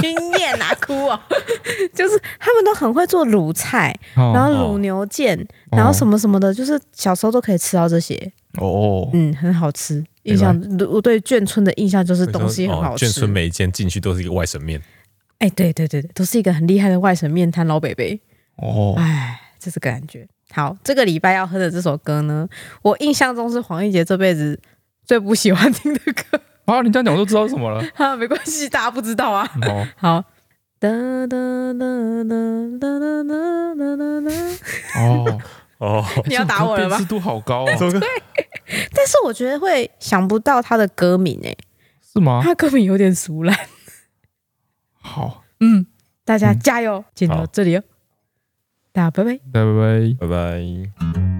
Speaker 1: 经验啊，哭啊！ 就是他们都很会做卤菜，然
Speaker 2: 然
Speaker 1: 后卤牛腱，然后什么什么的，就是小时候都可以吃到这些，
Speaker 2: 哦，
Speaker 1: 嗯，很好吃。
Speaker 2: 明
Speaker 1: 印
Speaker 2: 白
Speaker 1: 象我对眷村的印象就是东西很好
Speaker 3: 哦
Speaker 1: 吃。
Speaker 3: 眷村每一间进去都是一个外省面，
Speaker 1: 哎，对对对对，都是一个很厉害的外省面摊老北北，
Speaker 2: 哦，
Speaker 1: 哎，就这个感觉。好，这个礼拜要哼的这首歌呢，我印象中是黄义杰这辈子最不喜欢听的歌，
Speaker 2: 啊，你这样讲我就知道是什么了。
Speaker 1: 哈，没关系，大家不知道啊。
Speaker 2: 哦，
Speaker 1: 好，哒哒哒哒哒哒哒哒哒。
Speaker 2: 哦，
Speaker 3: 哦，
Speaker 1: 你要打我了
Speaker 2: 辨
Speaker 1: 吧
Speaker 2: 识？度好高 哦，
Speaker 3: 怎么个
Speaker 4: 但是我觉得会想不到他的歌名诶、
Speaker 2: 是吗？
Speaker 1: 哎他根本有点俗烂。
Speaker 2: 好，
Speaker 1: 嗯，大家
Speaker 2: 嗯
Speaker 1: 加油！今天到
Speaker 3: 好
Speaker 1: 这里哦，大家拜拜。
Speaker 2: 拜拜。
Speaker 3: 拜拜。